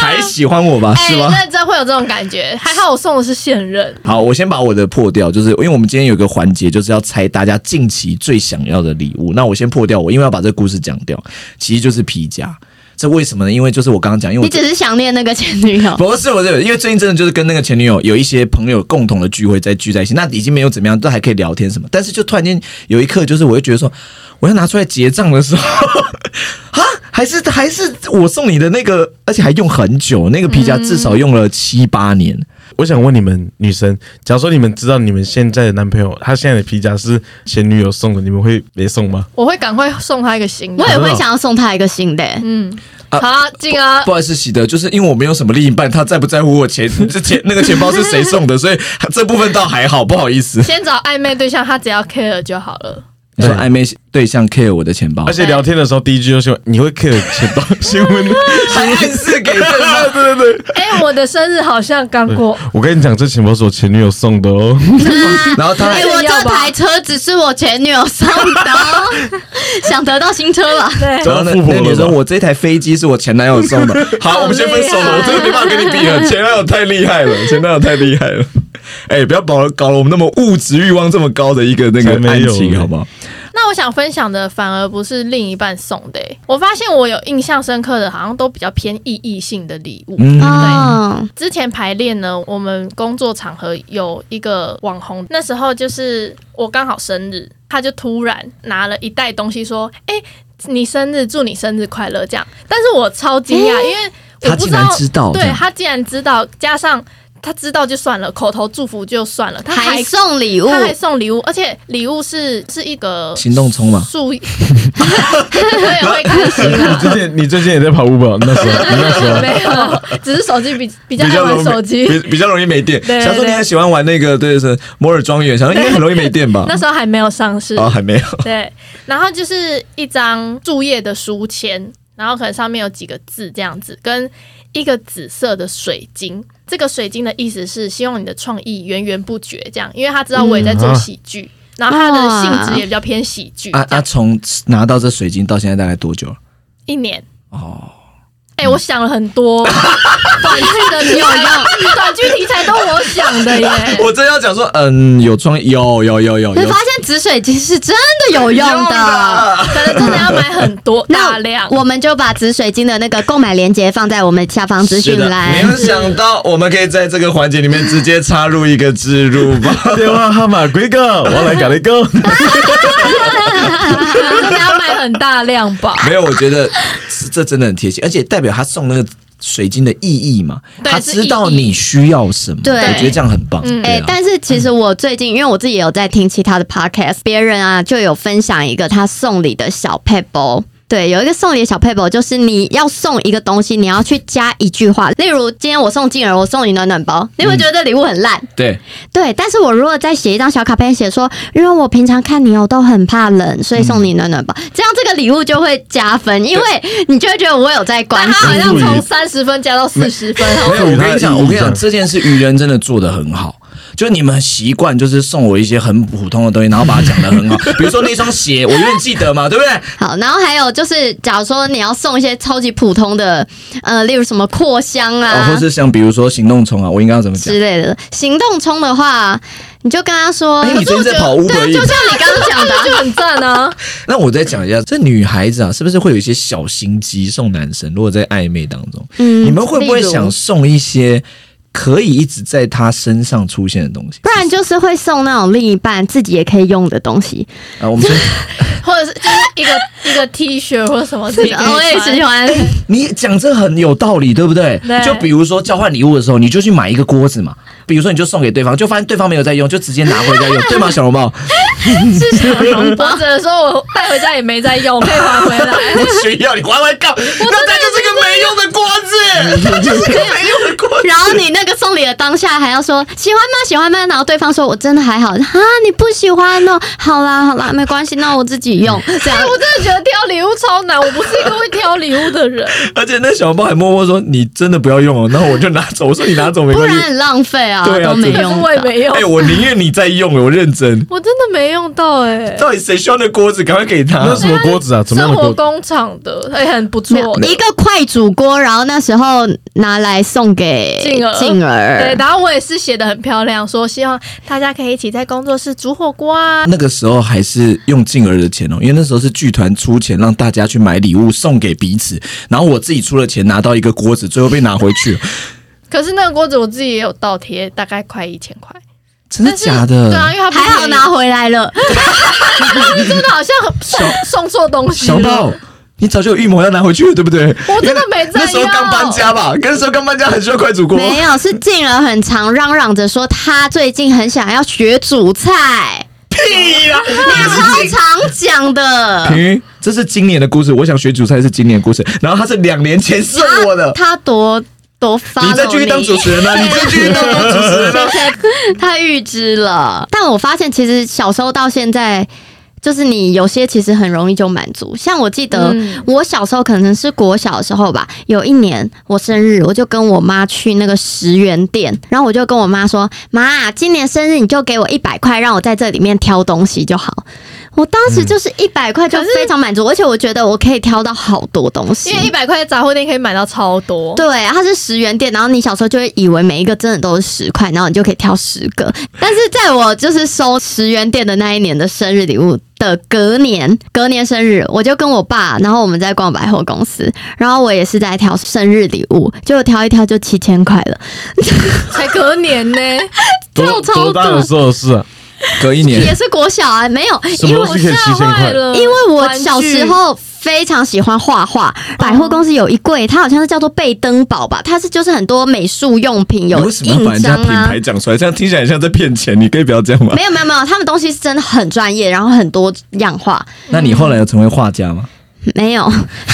S6: 还喜欢我吧，
S3: 哎
S6: 啊是，吗？
S3: 认真会有这种感觉。还好我送的是现任，
S6: 好，我先把我的破掉，就是因为我们今天有个环节，就是要猜大家近期最想要的礼物。那我先破掉我，因为要把这个故事讲掉，其实就是皮夹。这为什么呢？因为就是我刚刚讲，因为我
S4: 你只是想念那个前女友。
S6: 不是我这个，因为最近真的就是跟那个前女友有一些朋友共同的聚会，在聚在一起，那已经没有怎么样，都还可以聊天什么。但是就突然间有一刻，就是我会觉得说，我要拿出来结账的时候， 啊，还是还是我送你的那个，而且还用很久，那个皮夹至少用了七八年。
S5: 我想问你们女生，假如说你们知道你们现在的男朋友他现在的皮夹是前女友送的，你们会没送吗？
S3: 我会赶快送他一个新
S4: 我
S3: 的。
S4: 也会想要送他一个新的、
S3: 嗯，好啊，进啊
S6: 不。好意思，喜德，就是因为我没有什么另一半，他在不在乎我钱， 这钱那个钱包是谁送的， 所以这部分倒还好，不好意思。
S3: 先找暧昧对象，他只要 care 就好 了。
S6: 你说暧昧对象 care 我的钱包
S5: 而，且聊天的时候第一句就是你会 care 钱包 新闻，
S6: 暗示给 对方。
S5: 对对对，
S7: 哎、我的生日好像刚过，
S5: 我跟你讲，这钱包是我前女友送的 哦。
S3: 啊
S6: 然后他
S4: 哎、
S6: 还
S4: 我这台车子是我前女友送的哦，想得到新车吧？
S7: 对，
S5: 然后
S6: 那
S5: 富婆
S6: 那女
S5: 了
S6: 生，
S5: 吧？
S6: 我这台飞机是我前男友送的。 好，我们先分手了，我真的没办法跟
S3: 啊
S6: 你比了。前男友太厉害了，前男友太厉害 了。哎、不要搞搞了我们那么物质欲望这么高的一个那个
S5: 才没
S6: 爱
S5: 有
S6: 情，
S5: 嘞
S6: 好不好？
S3: 那我想分享的反而不是另一半送的、欸，我发现我有印象深刻的，好像都比较偏意义性的礼物。
S6: 嗯
S4: 哦，
S3: 之前排练呢，我们工作场合有一个网红，那时候就是我刚好生日，他就突然拿了一袋东西说：“哎、你生日，祝你生日快乐。”这样，但是我超惊讶，因为我不知道，
S6: 他竟然知道这
S3: 对
S6: 样
S3: 他竟然知道，加上他知道就算了，口头祝福就算了，他
S4: 还
S3: 还
S4: 送礼物，
S3: 他还送礼物，而且礼物是是一个
S6: 哦行动充嘛，
S3: 树，我 也会开心
S5: 你
S3: 啊，
S5: 最近你最近也在跑五宝，那时候你那时候
S3: 没有，只是手机比比较
S6: 比
S3: 爱
S6: 较
S3: 玩
S6: 容易
S3: 手机，
S6: 比比较容易没电。
S3: 对对
S6: 想说你很喜欢玩那个，对是摩尔庄园，想说应该很容易没电 吧？
S3: 那时候还没有上市
S6: 啊、，还没有。
S3: 对，然后就是一张注页的书签，然后可能上面有几个字这样子，跟一个紫色的水晶。这个水晶的意思是希望你的创意源源不绝，这样，因为他知道我也在做喜剧，然后他的性质也比较偏喜剧，
S6: 嗯啊
S3: 这
S6: 啊！
S3: 样
S6: 从拿到这水晶到现在大概多久了？
S3: 一年哦。哎、我想了很多短剧的题材，短剧题材都我想的耶。
S6: 我真要讲说，嗯，有创意，有有有有
S4: 你
S6: 有
S4: 发现紫水晶是真的有用的。
S3: 可能真的要买很多
S4: 那
S3: 大量，
S4: 我们就把紫水晶的那个购买链接放在我们下方资
S6: 是
S4: 讯
S6: 的，没
S4: 栏
S6: 有。想到我们可以在这个环节里面直接插入一个植入 吧。
S5: 电话号码归个，我要来搞一个。
S3: 可能真的要买很大量吧。
S6: 没有，我觉得这这真的很贴心，而且代表他送那个水晶的意义嘛，
S3: 对
S6: 他
S3: 是
S6: 知道你需要什么，
S4: 对
S6: 我觉得这样很棒。
S3: 嗯
S6: 对
S4: 哎、
S6: 啊，
S4: 但是其实我最近，因为我自己有在听其他的 podcast，别人啊就有分享一个他送礼的小 p a p e 对，有一个送礼的小 p a p e 就是你要送一个东西，你要去加一句话。例如，今天我送静儿，我送你暖暖包，你会觉得礼物很烂，
S6: 对，
S4: 对。但是我如果再写一张小卡片，写说，因为我平常看你哦都很怕冷，所以送你暖暖包，这样这个礼物就会加分，因为你就会觉得我有在关
S3: 但他好
S4: 心
S3: 像
S5: 注
S3: 从
S5: 意
S3: 三十分加到四十分，
S6: 没有，我跟你讲，
S5: 赋予它意义这
S6: 我跟你讲，
S5: 样
S6: 这件事愚人真的做得很好。就你们习惯就是送我一些很普通的东西，然后把它讲得很好，比如说那双鞋，我永远记得嘛，对不对？
S4: 好，然后还有就是，假如说你要送一些超级普通的，呃，例如什么扩香
S6: 哦，
S4: 啊
S6: 或、是像比如说行动充啊，我应该要怎么讲
S4: 之？类的，行动充的话，你就跟他说，
S6: 哎，你最近在跑 u
S4: 对
S6: b
S4: 啊，就像你刚刚讲的啊，
S7: 就很赞啊！
S6: 那我再讲一下，这女孩子啊，是不是会有一些小心机送男生？如果在暧昧当中，
S4: 嗯
S6: 你们会不会
S4: 例如
S6: 想送一些可以一直在他身上出现的东西？
S4: 不然就是会送那种另一半自己也可以用的东西。
S6: 啊，我们先
S3: 或者是就是一个一个 T 恤或者什么自己 可以
S4: 我也
S3: 穿
S4: 喜欢，
S6: 你讲这很有道理，对不对？
S7: 对
S6: 就比如说交换礼物的时候，你就去买一个锅子嘛，比如说你就送给对方，就发现对方没有在用，就直接拿回家用，对吗？小笼包，
S3: 是小笼包，只能说我带回家也没在用，可以还回来。
S1: 不需要你玩玩告，那它就是个没用的锅子，它 就是个没用的锅子。
S4: 然后你那个送礼的当下还要说喜欢吗？喜欢吗？然后对方说我真的还好啊，你不喜欢哦，好啦好啦，没关系，那我自己用。这样
S3: 哎，我真的觉得挑礼物超难，我不是一个会挑礼物的人。
S6: 而且那小笼包还默默说：“你真的不要用哦。”然后我就拿走，我说：“你拿走没
S4: 不
S6: 关系
S4: 然。很浪费啊，
S6: 对啊
S4: 都没
S6: 真
S3: 可是
S4: 用
S3: 我也
S4: 到。
S3: 没”用，
S6: 哎，我宁愿你在用，我认真。
S3: 我真的没用到哎、
S6: 到底谁需要那锅子？赶快给他
S5: 那。什么锅子啊？怎么样
S3: 生
S5: 的
S3: 活
S5: 锅子？
S3: 工厂的，哎、很不错
S4: 没有
S3: 的
S4: 一。个快煮锅，然后那时候拿来送给
S3: 静儿
S4: 静儿
S3: 对，然后我也是写的很漂亮，说希望大家可以一起在工作室煮火锅啊。
S6: 那个时候还是用静儿的钱哦，因为那时候是剧团出钱让大家去买礼物送给彼此，然后我自己出了钱拿到一个锅子，最后被拿回 去，
S3: 可是那个锅子我自己也有倒贴，大概快一千块。
S6: 真的
S3: 但是
S6: 假的？
S3: 对啊，因为它不
S4: 还好
S3: 便宜
S4: 拿，回来了。
S3: 就真的好像送 送错东西
S6: 小
S4: 啊
S3: 了。
S6: 宝，你早就有预谋要拿回去了，对不对？
S3: 我真的没在
S1: 那时候刚搬
S3: 用
S1: 家吧，那时候刚搬家很需要快煮锅。
S4: 没有，是静儿很常嚷嚷着说她最近很想要学煮菜，
S1: 屁呀！
S4: 超常讲的。
S6: 平云，这是今年的故事，我想学煮菜是今年的故事。
S1: 然后他是两年前送我 的，
S4: 她多多发，
S1: 你再继续当主持人
S6: 啊
S1: 呢？你再 继续当当主持人呢？
S4: 他预知了，但我发现其实小时候到现在，就是你有些其实很容易就满足。像我记得
S3: 嗯
S4: 我小时候可能是国小的时候吧，有一年我生日，我就跟我妈去那个十元店，然后我就跟我妈说：“妈，今年生日你就给我一百块，让我在这里面挑东西就好。”我当时就是一百块就
S3: 嗯可是
S4: 非常满足，而且我觉得我可以挑到好多东西，
S3: 因为一百块的杂货店可以买到超
S6: 哦
S3: 多。
S4: 对，它是十元店，然后你小时候就会以为每一个真的都是十块，然后你就可以挑十个。但是在我就是收十元店的那一年的生日礼物的隔年，隔年生日，我就跟我爸，然后我们在逛百货公司，然后我也是在挑生日礼物，就挑一挑就七千块了，
S3: 才隔年呢、
S5: 多多大的时候的事啊？
S6: 隔一
S4: 也
S6: 年，
S4: 是国小啊，没有，
S5: 什么东西可以七千块？
S3: 了，
S4: 因为我小时候非常喜欢画画，百货公司有一柜，它好像是叫做贝登堡吧，它是就是很多美术用品有
S6: 你为什么要把
S4: 印
S6: 人家
S4: 章
S6: 品
S4: 啊。
S6: 牌讲出来？这样听起来很像在骗钱，你可以不要这样 吗？
S4: 没有没有没有，他们东西是真的很专业，然后很多样化。
S6: 那你后来有成为画家吗？
S4: 没有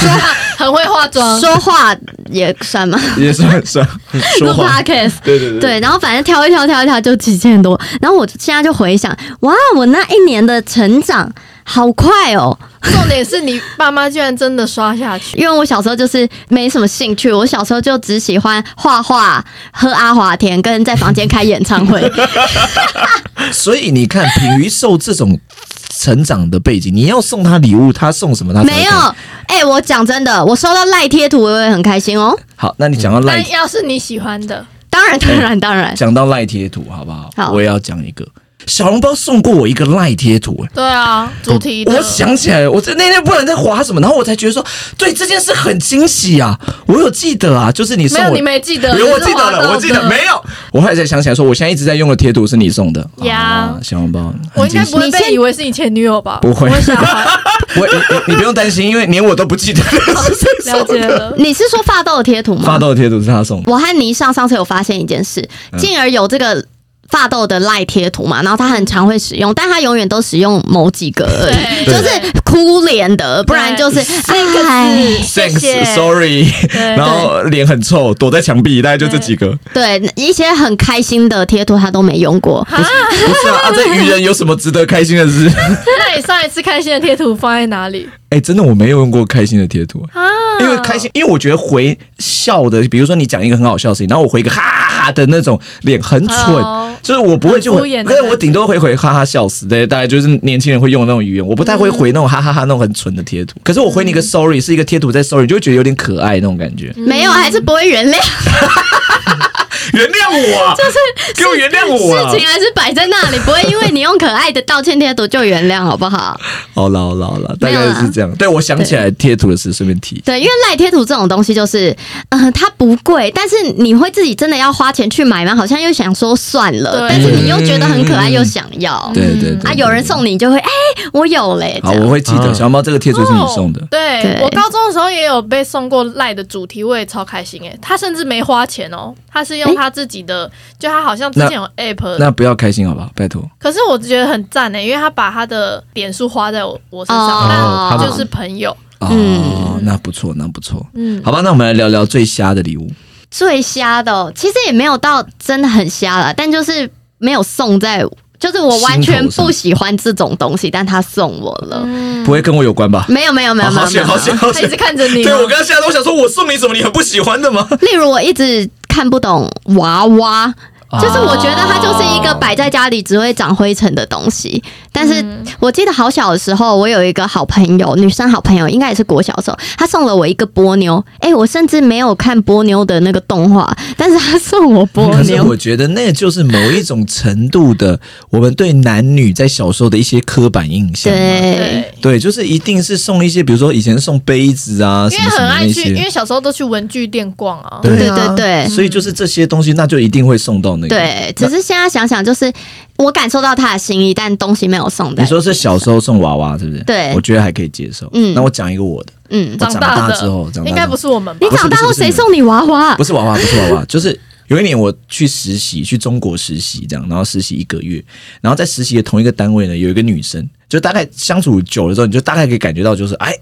S3: 很会化妆，
S4: 说话也算吗？
S6: 也算 算 说
S4: 录
S6: 话。
S4: podcast
S6: 对对对，
S4: 对，然后反正挑一挑挑一挑就几千多，然后我现在就回想，哇，我那一年的成长好快哦，
S3: 重点是你爸妈居然真的刷下去。
S4: 因为我小时候就是没什么兴趣，我小时候就只喜欢画画、喝阿华田跟在房间开演唱 会。
S6: 所以你看，品瑜受这种成长的背景，你要送他礼物，他送什么？他才会
S4: 没有
S6: 开心。，
S4: 哎、我讲真的，我收到赖贴图我也很开心哦，
S6: 好，那你讲到赖
S3: 但，要是你喜欢的，
S4: 当然当然当然，
S6: 讲到赖贴图，好不好？
S4: 好
S6: 我也要讲一个。小笼包送过我一个赖贴图、哎
S3: 对啊，主题的
S6: 我想起来了，我在那天不然在划什么，然后我才觉得说，对这件事很惊喜啊，我有记得啊，就是你送
S3: 没有
S6: 我
S3: 你没记得，
S1: 有我记
S3: 你是
S1: 得
S3: 滑到的
S1: 了，我记得没有。
S6: 我后来才想起来，说我现在一直在用的贴图是你送的
S3: 呀
S6: 啊小笼包，
S3: 我
S6: 很
S3: 应该
S6: 惊
S3: 不
S6: 喜
S3: 会被以为是你前女友吧？
S6: 不会
S3: 我想 了
S6: 我你你不用担心，因为连我都不记得
S3: 解了。
S4: 你是说发豆的贴图吗？
S6: 发豆的贴图是他送的，
S4: 我和倪尚上次有发现一件事，进而有这个。发豆的赖贴图嘛，然后他很常会使用，但他永远都使用某几个而已，
S3: 对
S4: 就是哭脸的，不然 就是哎，
S3: 谢谢
S6: Thanks，Sorry，然后脸很臭，躲在墙壁，大概就这几个。
S4: 对一些很开心的贴图他都没用过。
S6: 不是啊，啊在愚人有什么值得开心的事？
S3: 那你上一次开心的贴图放在哪里
S6: 哎，真的我没有用过开心的贴图，
S3: 啊？
S6: 因为开心，因为我觉得回笑的，比如说你讲一个很好笑的事情，然后我回一个哈哈哈尬的那种脸，很蠢
S3: 哦，
S6: 就是我不会就
S3: 很敷
S6: 回，
S3: 衍
S6: 可是
S3: 对
S6: 我顶多会回哈哈笑死，对，大概就是年轻人会用的那种语言，我不太
S4: 嗯
S6: 会回那种哈哈哈那种很蠢的贴图，可是我回你一个 sorry 是一个贴图在 sorry，就会觉得有点可爱那种感 觉。
S3: 嗯
S4: 没有，还是不会原谅。
S1: 原谅 我啊，就是给我原谅我啊
S4: 事！情还是摆在那里，不会因为你用可爱的道歉贴图就原谅，好不好？
S6: 好啦好啦好啦，大
S4: 没有啦
S6: 概是这样。对，我想起来贴图的事，顺便提。
S4: 对，因为赖贴图这种东西就是，呃，它不贵，但是你会自己真的要花钱去买吗？好像又想说算了
S3: 对，
S4: 但是你又觉得很可爱，又想要。
S6: 对对对
S4: 啊，有人送你你就会，哎、我有嘞，这
S6: 嗯好，哦
S4: 样
S6: 我会记得。
S1: 啊
S6: 小猫这个贴图是你送的
S3: 哦，对
S4: 对
S3: 我高中的时候也有被送过赖的主题，我也超开心诶、欸他甚至没花钱哦，他是用他自己的，就他好像之前有
S4: 呃
S3: app，
S6: 那不要开心好不好？拜托。
S3: 可是我觉得很赞欸诶、因为他把他的点数花在我我身上，
S4: 哦
S3: 但就是朋友，
S4: 嗯
S6: 哦，那不错，那不错。
S3: 嗯，
S6: 好吧，那我们来聊聊最瞎的礼物。
S4: 最瞎的、哦，其实也没有到真的很瞎了，但就是没有送在，就是我完全
S6: 心头上
S4: 不喜欢这种东西，但他送我了。
S6: 不会跟我有关吧？
S4: 没有嗯没有没有没有
S1: 好
S4: 没有
S1: 险，好险，好
S3: 他一
S1: 险
S3: 直！看着你
S1: 对，我刚刚吓到，我想说，我送你什么？你很不喜欢的吗？
S4: 例如我一直看不懂娃娃，
S6: 啊
S4: 就是我觉得它就是一个摆在家里只会长灰尘的东西。但是我记得好小的时候，我有一个好朋友，女生好朋友，应该也是国小的时候，她送了我一个波妞。哎、我甚至没有看波妞的那个动画，但是她送我波
S6: 可是
S4: 妞。
S6: 我觉得 那就是某一种程度的我们对男女在小时候的一些刻板印象嘛。
S4: 对，
S3: 对。
S6: 对，就是一定是送一些，比如说以前送杯子啊，
S3: 因
S6: 什
S3: 为
S6: 么什
S3: 很
S6: 么
S3: 爱
S6: 那
S3: 去，因为
S6: 些。
S3: 小时候都去文具店逛啊。
S4: 对
S6: 啊
S4: 对对
S6: 所以就是这些东西，那就一定会送到那个。
S4: 对，只是现在想想，就是我感受到她的心意，但东西没有送
S6: 你
S4: 的。
S6: 说是小时候送娃娃，是不是？
S4: 对
S6: 我觉得还可以接受。
S4: 嗯
S6: 那我讲一个我的，
S4: 嗯
S6: 我，
S3: 长
S6: 长
S3: 大
S6: 大
S3: 的
S6: 之后长大
S3: 应该
S6: 之后
S3: 不是我们吧
S4: 你？长大后
S6: 不是不是
S4: 谁送你娃娃？
S6: 不是娃娃，不是娃 娃，就是有一年我去实习，去中国实习这样，然后实习一个月，然后在实习的同一个单位呢，有一个女生，就大概相处久了之后，你就大概可以感觉到，就是哎。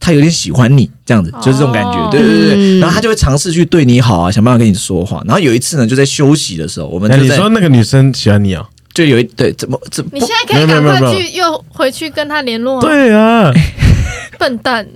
S6: 她有点喜欢你这样子，就是这种感觉，
S3: 哦
S6: 对对对对。
S4: 嗯
S6: 然后她就会尝试去对你好啊，想办法跟你说话。然后有一次呢，就在休息的时候，我们
S5: 哎，
S6: 就
S5: 你
S6: 在
S5: 说那个女生喜欢你啊？
S6: 就有一对怎么怎么
S3: 你现在可以
S5: 没有
S3: 赶
S5: 没有
S3: 快
S5: 没有
S3: 去又回去跟他联络啊！
S5: 对啊，
S3: 笨蛋，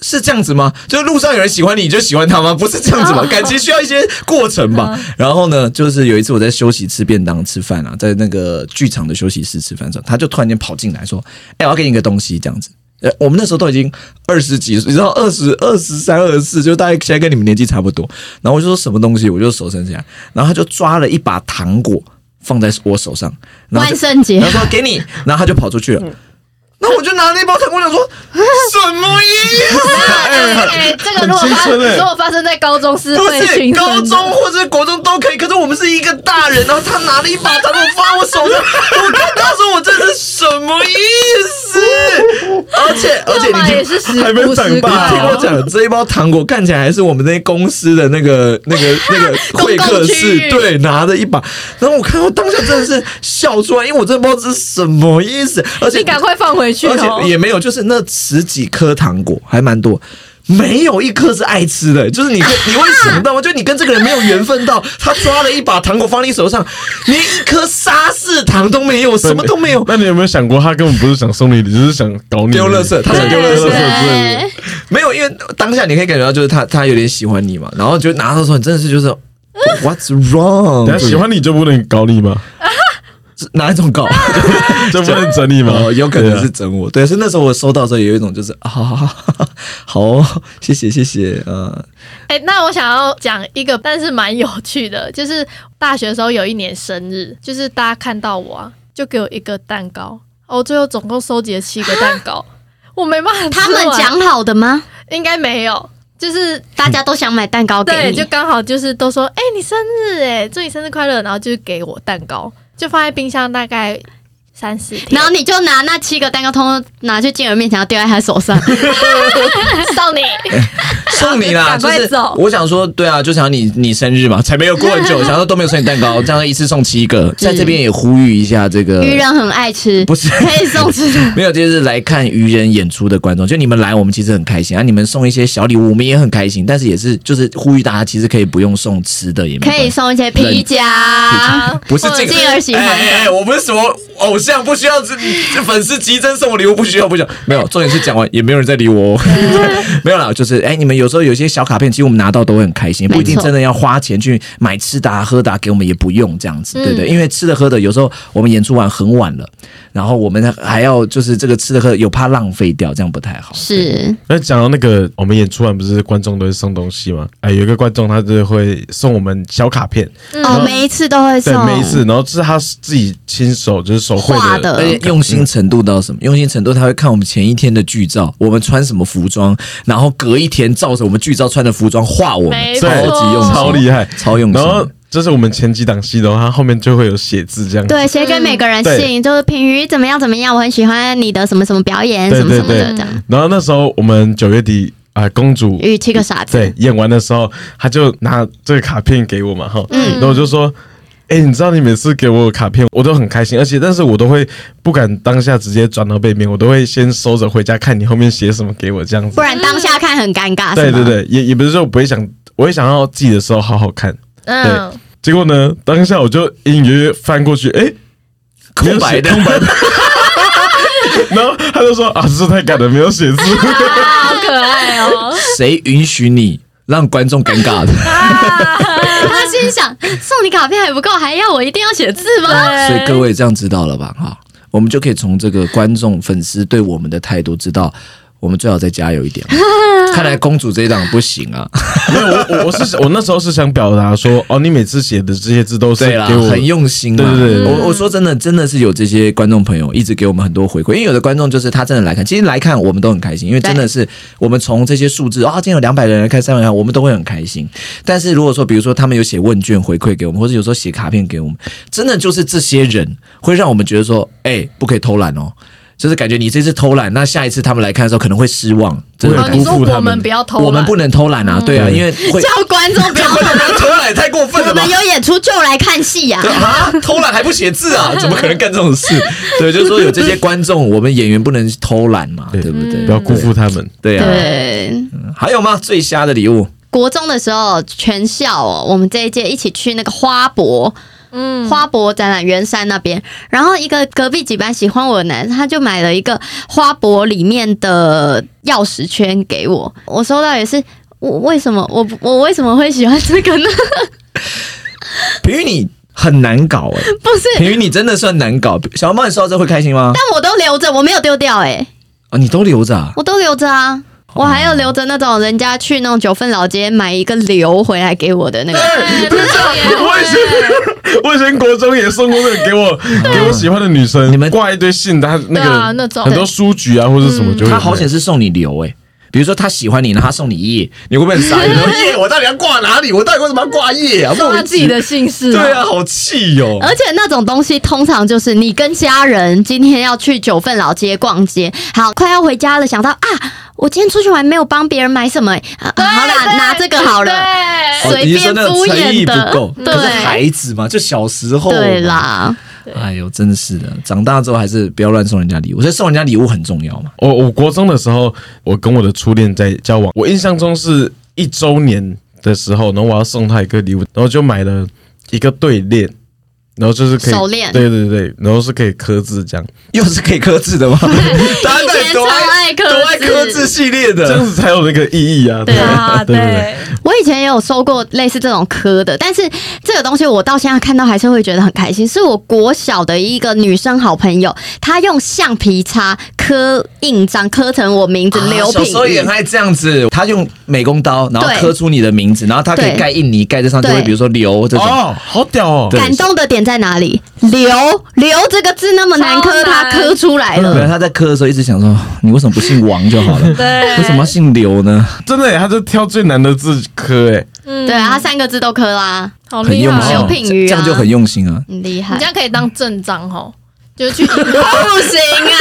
S6: 是这样子吗？就是路上有人喜欢你，你就喜欢他吗？不是这样子吧？感情需要一些过程吧。然后呢，就是有一次我在休息吃便当吃饭啊，在那个剧场的休息室吃饭的时候，他就突然间跑进来说：“哎、我要给你一个东西。”这样子。呃，我们那时候都已经二十几岁，你知道二十二十三、二十四，就大概现在跟你们年纪差不多。然后我就说什么东西，我就手伸起来，然后他就抓了一把糖果放在我手上，然后就
S4: 万圣节
S6: 然后说给你，然后他就跑出去了。那我就拿那包糖果，我想说什么意思？
S3: 哎，这个如果发
S5: 很青春欸
S3: 如果发生在高中是
S6: 不
S3: 会
S6: 是
S3: 兴奋
S6: 高
S3: 的
S6: 中或者是国中都可以，可是我们是一个大人，然后他拿了一把糖果放我 手上，我看他说我这是什么意 思？而且而且
S3: 干嘛
S6: 你
S3: 也
S6: 听。
S3: 是十
S5: 还没
S3: 五
S5: 长
S3: 十
S5: 大
S3: 块
S6: 你听我
S3: 哦，
S6: 讲，这一包糖果看起来还是我们那些公司的那个、那个、那 个 会客
S4: 公共
S6: 室
S4: 区，域
S6: 对，拿着一把。然后我看到当下真的是笑出来，因为我真的不知道这是什么意思，而且
S3: 你赶快放回去
S6: 而
S3: 哦
S6: 且。也没有，就是那十几颗糖果还蛮多，没有一颗是爱吃的，就是你会你会想到吗？就你跟这个人没有缘分到，他抓了一把糖果放你手上，连一颗沙士糖都没有，什么都没有。
S5: 那你有没有想过，他根本不是想送你，只是想搞你
S6: 丢垃圾他想丢垃圾
S4: 对
S5: 对对
S6: 没有，因为当下你可以感觉到，就是他他有点喜欢你嘛，然后就拿到的时候，你真的是就是 What's
S5: 等下
S6: wrong？
S5: 喜欢你就不能搞你吗？
S6: 是哪一种搞？
S5: 就不能整你吗？
S6: 哦， 有可
S5: 对
S6: 能
S5: 啊
S6: 是整我。对，所以那时候我收到的时候，有一种就是啊，好好 好，好哦，谢谢谢谢，呃，
S3: 哎、那我想要讲一个，但是蛮有趣的，就是大学的时候有一年生日，就是大家看到我啊，就给我一个蛋糕，哦我最后总共收集了七个蛋糕，我没办法吃
S4: 他
S3: 完，
S4: 们讲好的吗？
S3: 应该没有，就是
S4: 大家都想买蛋糕给
S3: 对，
S4: 你，
S3: 就刚好就是都说，哎、你生日哎，祝你生日快乐，然后就是给我蛋糕，就放在冰箱大概三四天，
S4: 然后你就拿那七个蛋糕通通拿去静儿面前，要丢在他手 上。
S3: 送你，
S6: 送你啦，
S3: 赶
S6: 就
S3: 快
S6: 是
S3: 走
S6: 我想说，对啊，就想你你生日嘛，才没有 过很久，想说都没有送你蛋糕，这样一次送七个，在这边也呼吁一下这个
S4: 愚人很爱吃，
S6: 不是
S4: 可以送 吃的。
S6: 没有，就是来看愚人演出的观众，就你们来，我们其实很开心啊，你们送一些小礼物，我们也很开心，但是也是就是呼吁大家，其实可以不用送吃的，也没
S4: 可以
S6: 关系。
S4: 送一些皮夹，
S6: 不是这个，
S4: 静儿喜欢
S6: 哎哎
S4: 的。
S6: 哎我不是什么偶
S1: 像，不需要这这粉丝急增送我礼物，不需要不需要。
S6: 没有，重点是讲完也没有人在 理我哦， 没有啦，就是哎、你们有时候有一些小卡片，其实我们拿到都会很开心，
S4: 没错
S6: 不一定真的要花钱去买吃的、啊、喝的、啊，给我们也不用这样子，
S4: 嗯
S6: 对不对？因为吃的喝的有时候我们演出完很晚了，然后我们还要就是这个吃的喝的有怕浪费掉，这样不太好。
S4: 是
S5: 那哎讲到那个，我们演出完不是观众都会送东西吗？哎，有一个观众他就是会送我们小卡片，
S3: 嗯
S6: 嗯
S4: 哦，每一次都会
S5: 对
S4: 送，，
S5: 每一次，然后是他自己亲手就是手绘
S4: 画
S5: 的，
S4: 的
S6: 而且用心程度到什么？用心程度，他会看我们前一天的剧照，我们穿什么服装，然后隔一天照着我们剧照穿的服装画我们，
S3: 没
S6: 超
S5: 错
S6: 级用心，
S5: 超厉害，
S6: 超用心。
S5: 然后就是我们前几档戏的话，他后面就会有写字这样子。
S4: 对，写给每个人信，就是品瑜怎么样怎么样，我很喜欢你的什么什么表演，
S5: 对
S4: 什么什么
S5: 对
S4: 的
S5: 对
S4: 这样。
S5: 然后那时候我们九月底啊、公主
S4: 与七个傻子，
S5: 对演完的时候，他就拿这个卡片给我嘛哈，
S6: 嗯
S5: 然后我就说。哎、你知道你每次给我卡片，我都很开心，而且但是我都会不敢当下直接转到背面，我都会先收着回家看你后面写什么给我这样子
S4: 不。
S6: 啊
S4: 然当下看很尴尬。
S5: 对
S4: 是吗
S5: 对，对，也也不是说我不会想，我会想要自己的时候好好看。
S3: 嗯，
S5: 结果呢，当下我就隐隐约约翻过去，哎、
S6: 空白的，空白的，
S5: 然后他就说啊，这太赶了，没有写 字。
S3: 啊好可爱哦，
S6: 谁允许你让观众尴尬的？
S4: 他心想：送你卡片还不够，还要我一定要写字吗？
S6: 所以各位这样知道了吧？哈，我们就可以从这个观众粉丝对我们的态度知道。我们最好再加油一点。看来公主这一档不行啊，
S5: 没有，我我我是 我那时候是想表达说，哦，你每次写的这些字都是
S6: 对啦，
S5: 给我
S6: 很用心嘛。
S5: 对对对
S6: 我我说真的，真的是有这些观众朋友一直给我们很多回馈，因为有的观众就是他真的来看，其实来看我们都很开心，因为真的是我们从这些数字啊，今天有两百人来看，三百人来看，我们都会很开心。但是如果说比如说他们有写问卷回馈给我们，或者有时候写卡片给我们，真的就是这些人会让我们觉得说，哎、不可以偷懒哦。就是感觉你这次偷懒，那下一次他们来看的时候可能会失望，真的
S5: 对
S3: 哦，
S5: 会
S3: 你说
S5: 辜负他
S3: 我
S5: 们
S3: 们不要偷懒，
S6: 我们不能偷懒啊，
S5: 嗯
S6: 对啊，因为会
S4: 叫观众不要，
S1: 偷懒也太过分了
S4: 我
S1: 吧
S4: 们？有演出就来看戏呀。
S1: 啊，偷懒还不写字 啊？怎么可能干这种事？
S6: 对，就是说有这些观众，我们演员不能偷懒嘛，对
S5: 对
S6: 不对？
S5: 不要辜负他们。
S6: 对啊。
S4: 嗯对，
S6: 还有吗？最瞎的礼物，
S4: 国中的时候，全校哦，我们这一届一起去那个花博，嗯，花博展览圆山那边，然后一个隔壁几班喜欢我的男生，他就买了一个花博里面的钥匙圈给我，我收到也是。我为什么我不我为什么会喜欢这个呢？
S6: 平宇你很难搞哎、
S4: 不是，
S6: 平宇你真的算难搞。小猫，你收到这会开心吗？
S4: 但我都留着，我没有丢掉哎、
S6: 啊，你都留着啊？
S4: 我都留着啊，我还有留着那种人家去那种九份老街买一个瘤回来给我的那个，
S3: 对，真的耶
S5: 我以 前我以前国中也送过那个给 我给我喜欢的女生，
S6: 啊你们
S5: 挂一堆信，她那
S3: 对啊
S5: 个
S3: 那种
S5: 很多书局啊或者什么就会有那个。
S6: 他嗯好险是送你留哎、比如说他喜欢你，然后他送你叶，你哎会不会很傻眼？然后
S1: 叶，我到底要挂哪里？我到底为什么要挂叶啊？
S7: 送他自己的姓氏啊，
S1: 对啊，好气哟、
S4: 而且那种东西通常就是你跟家人今天要去九份老街逛街，好，快要回家了，想到啊，我今天出去玩没有帮别人买什么、欸啊啊好啦，拿这个好了，
S3: 对，
S6: 哦
S4: 随
S6: 你是说
S4: 便
S6: 那个
S4: 敷
S6: 诚意
S4: 衍
S6: 不
S4: 的
S6: 够，，可是
S4: 对
S6: 孩子嘛，就小时候嘛
S4: 对。啦，
S6: 哎呦，真是的，长大之后还是不要乱送人家礼物。所以送人家礼物很重要嘛。
S5: 我我国中的时候，我跟我的初恋在交往，我印象中是一周年的时候，然后我要送她一个礼物，然后就买了一个对链，然后就是可以
S4: 手链
S5: 对对对，然后是可以刻字这样，
S6: 又是可以克 制的吗？
S1: 大家到底多爱
S4: 以前超爱刻字
S1: 多爱刻字系列
S6: 呃
S5: 这样
S1: 的，
S5: 子才有那个意义啊。对
S7: 啊，
S5: 对
S7: 对，
S4: 我以前也有收过类似这种科的，但是这个东西我到现在看到还是会觉得很开心。是我国小的一个女生好朋友，她用橡皮擦刻印章，刻成我名字刘
S6: 啊
S4: 品
S6: 小时候
S4: 玉
S6: 也很爱这样子，他用美工刀，然后
S4: 对
S6: 刻出你的名字，然后他可以
S4: 对
S6: 盖印泥，盖在上就会
S4: 对
S6: 比如说刘这种。
S5: 哦，好屌哦！
S6: 对
S4: 感动的点在哪里？留留这个字那么难
S3: 超
S4: 刻，
S3: 难
S4: 它刻出来
S6: 没有，
S4: 了。
S6: 他在刻的时候一直想说， 你为什么不姓王就好 了？
S3: 对
S6: 为什么要姓刘呢？
S5: 真的耶，他就挑最难的字刻哎。
S3: 嗯
S4: 对啊，它三个字都刻啦，
S3: 好
S6: 很
S3: 厉
S6: 用
S3: 害
S6: 心，
S4: 刘
S3: 哦，
S4: 品瑜啊
S6: 这样就很 用心啊。
S4: 很厉害
S3: 你这。样可以当正章哦，就是去银行
S4: 不行啊！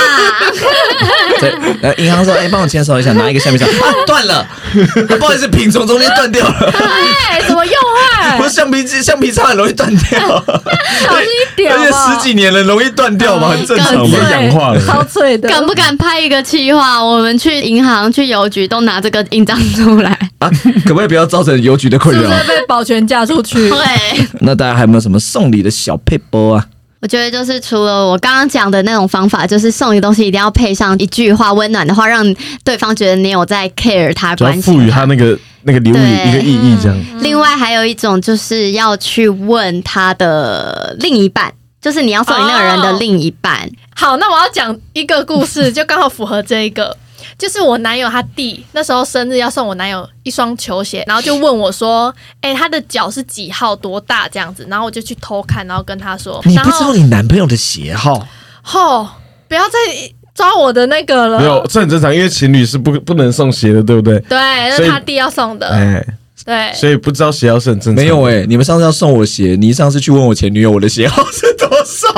S6: 对，呃，银行说，哎，帮我签收一下，拿一个橡皮擦，啊断了，不好意思，品从中间断掉了，
S3: 哎，怎么用坏
S6: 不？是橡皮橡皮擦很容易断掉，
S7: 小心一点
S3: 啊
S1: 而且
S7: 吧，
S1: 十几年了，容易断掉嘛，很正常嘛
S5: 我们。
S7: 对
S5: 氧化了
S7: 超脆的，
S4: 敢不敢拍一个企划？我们去银行、去邮局都拿这个印章出来。
S6: 啊，可不可以不要造成邮局的困
S7: 是不
S6: 扰？
S7: 是被保全嫁出去？
S4: 对，
S6: 那大家还有没有什么送礼的小配波啊？
S4: 我觉得就是除了我刚刚讲的那种方法，就是送你东西一定要配上一句话温暖的话，让对方觉得你有在 care 他
S5: 主要
S4: 关
S5: 赋
S4: 心
S5: 予他那个那个礼物
S4: 对
S5: 一个意义，这样。
S4: 另外还有一种就是要去问他的另一半，就是你要送你那个人的另一半。
S3: 好，那我要讲一个故事，就刚好符合这一个。 就是我男友他弟那时候生日要送我男友一双球鞋，然后就问我说：“哎、他的脚是几号，多大这样子？”然后我就去偷看，然后跟他说：“
S6: 你
S3: 然
S6: 不知道
S3: 后
S6: 你男朋友的鞋号，
S3: 吼、不要再抓我的那个了。”
S5: 没有，这很正常，因为情侣是不不能送鞋的，对不对？
S3: 对，那
S5: 所以
S3: 是他弟要送的。
S5: 哎，
S3: 对，
S5: 所以不知道鞋要是很正常。
S6: 没有哎、你们上次要送我鞋，你上次去问我前女友我的鞋号是多少？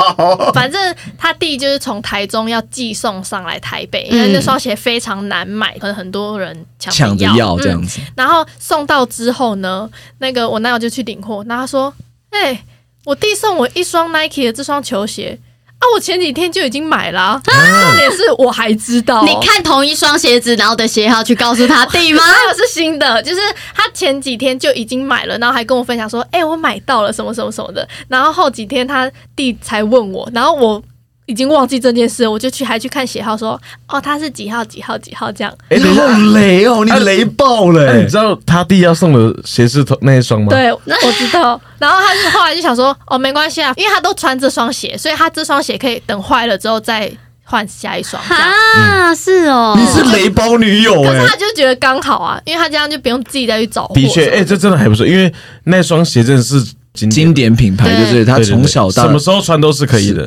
S3: 反正他弟就是从台中要寄送上来台北，因为那双鞋非常难买，可能很多人抢
S6: 嗯抢着要这样
S3: 嗯
S6: 子，
S3: 然后送到之后呢，那个我男友就去领货，然后他说：“哎、我弟送我一双 Nike 的这双球鞋啊，我前几天就已经买了、啊，重点是我还知道、
S4: 你。看啊同一双鞋子，然后的鞋号去告诉他弟吗？
S3: 那个是新的，就是他前几天就已经买了，然后还跟我分享说：“哎、我买到了什么什么什么的。”然后后几天他弟才问我，然后我已经忘记这件事，我就去还去看鞋号说：“哦，他是几号几号几号这样。”
S6: 哎、你好雷哦，你雷爆了、
S5: 哎，
S6: 欸
S5: 你知道他弟要送的鞋是同那一双吗？，
S3: 对，我知道。然后他就后来就想说，哦，没关系啊，因为他都穿这双鞋，所以他这双鞋可以等坏了之后再换下一双。这样
S4: 啊，是哦，
S6: 你是雷包女友
S3: 可
S6: 哎、
S3: 是他就觉得刚好啊，因为他这样就不用自己再去找货。
S5: 的确，哎，这真的还不错，因为那双鞋真的是经
S6: 经
S5: 典，
S6: 典品牌
S4: 对
S6: 就是他
S5: 对对对
S6: 从小到
S5: 什么时候穿都是可以的。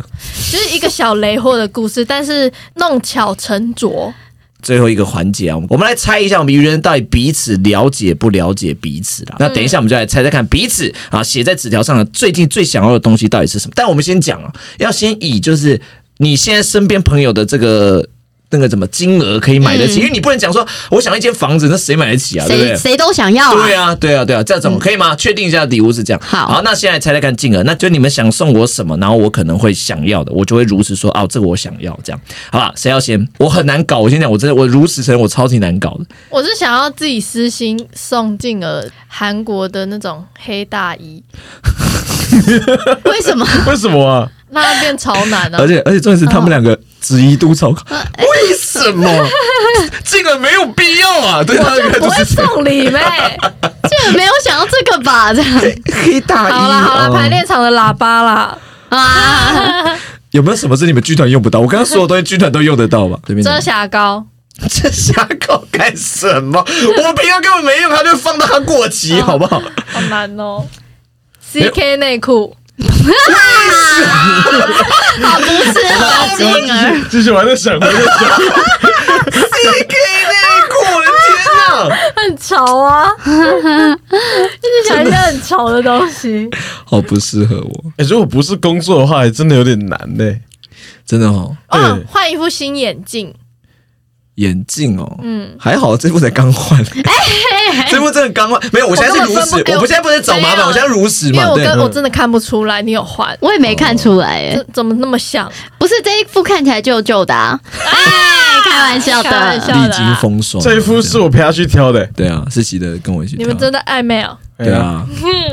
S3: 就是一个小雷货的故事，但是弄巧成拙。
S6: 最后一个环节啊，我们我们来猜一下，我们愚人到底彼此了解不了解彼此啦？那等一下我们就来猜猜看，彼此啊写在纸条上的最近最想要的东西到底是什么？但我们先讲啊，要先以就是你现在身边朋友的这个。那个怎么金额可以买得起？因为你不能讲说我想要一间房子，那谁买得起啊？对不
S4: 谁
S6: 对？
S4: 谁都想要啊。嗯
S6: 对啊，对啊，对啊，这样怎么可以吗？确定一下礼物是这样。
S4: 好
S6: 那现在猜猜看金额，那就你们想送我什么，然后我可能会想要的，我就会如实说，哦，这个我想要，这样，好吧？谁要先？我很难搞，我先讲，我真的我如实承认，我超级难搞的。
S3: 我是想要自己私心送进了韩国的那种黑大衣，
S4: 为 什么？
S5: 为什么啊？
S3: 让它变超 难啊
S4: 哦
S6: 而！且而且重点是他们两个质疑都超高，
S1: 为什 么？这个没有必要啊！对他那个
S3: 我
S1: 就
S3: 会
S1: 是
S3: 送礼呗。
S4: 这个没有想到这个吧？这样
S6: 黑大衣。
S3: 好啦好
S5: 哎
S3: 啦，
S6: 哦
S3: 排练场的喇叭啦。
S4: 啊，
S6: 有没有什么是你们剧团用不到？我刚刚所有东西剧团都用得到吧？对面
S3: 遮瑕膏，
S1: 这瞎搞干什么？我平常根本没用，他就放到它过
S4: 哦
S1: 期，好不好？
S3: 好难哦。CK 内裤，
S4: 是啊，金额。
S5: 继续玩在想，我在 想，
S3: 很潮 啊，就是想一些很潮的东 西。
S6: 好哦不适合我，
S5: 哎，如果不是工作的话，还真的有点难呢。
S6: 真的哦，
S3: 哦，换一副新眼镜，
S6: 眼镜哦，嗯，还好这部才 刚换，
S1: 这部真的刚换，没有，我现在是如实
S3: 我根本分，不
S1: 我不现在不是找麻
S3: 没
S1: 烦，
S3: 有
S1: 我现在如实
S3: 因为
S1: 嘛，
S3: 我
S1: 对
S3: 跟。我真的看不出来你有换，
S4: 我也没看出来
S3: 这
S4: 耶，
S3: 怎么那么像？
S4: 不是这一副看起来旧旧的哦啊，哎，开玩笑
S3: 开玩笑
S4: 的，
S3: 的啊
S6: 历经风霜。
S5: 这一副是我陪他去挑的，
S6: 对啊，是喜德跟我一起
S3: 你
S6: 跳。
S3: 们真的暧昧啊？
S5: 哎
S6: 对， 啊，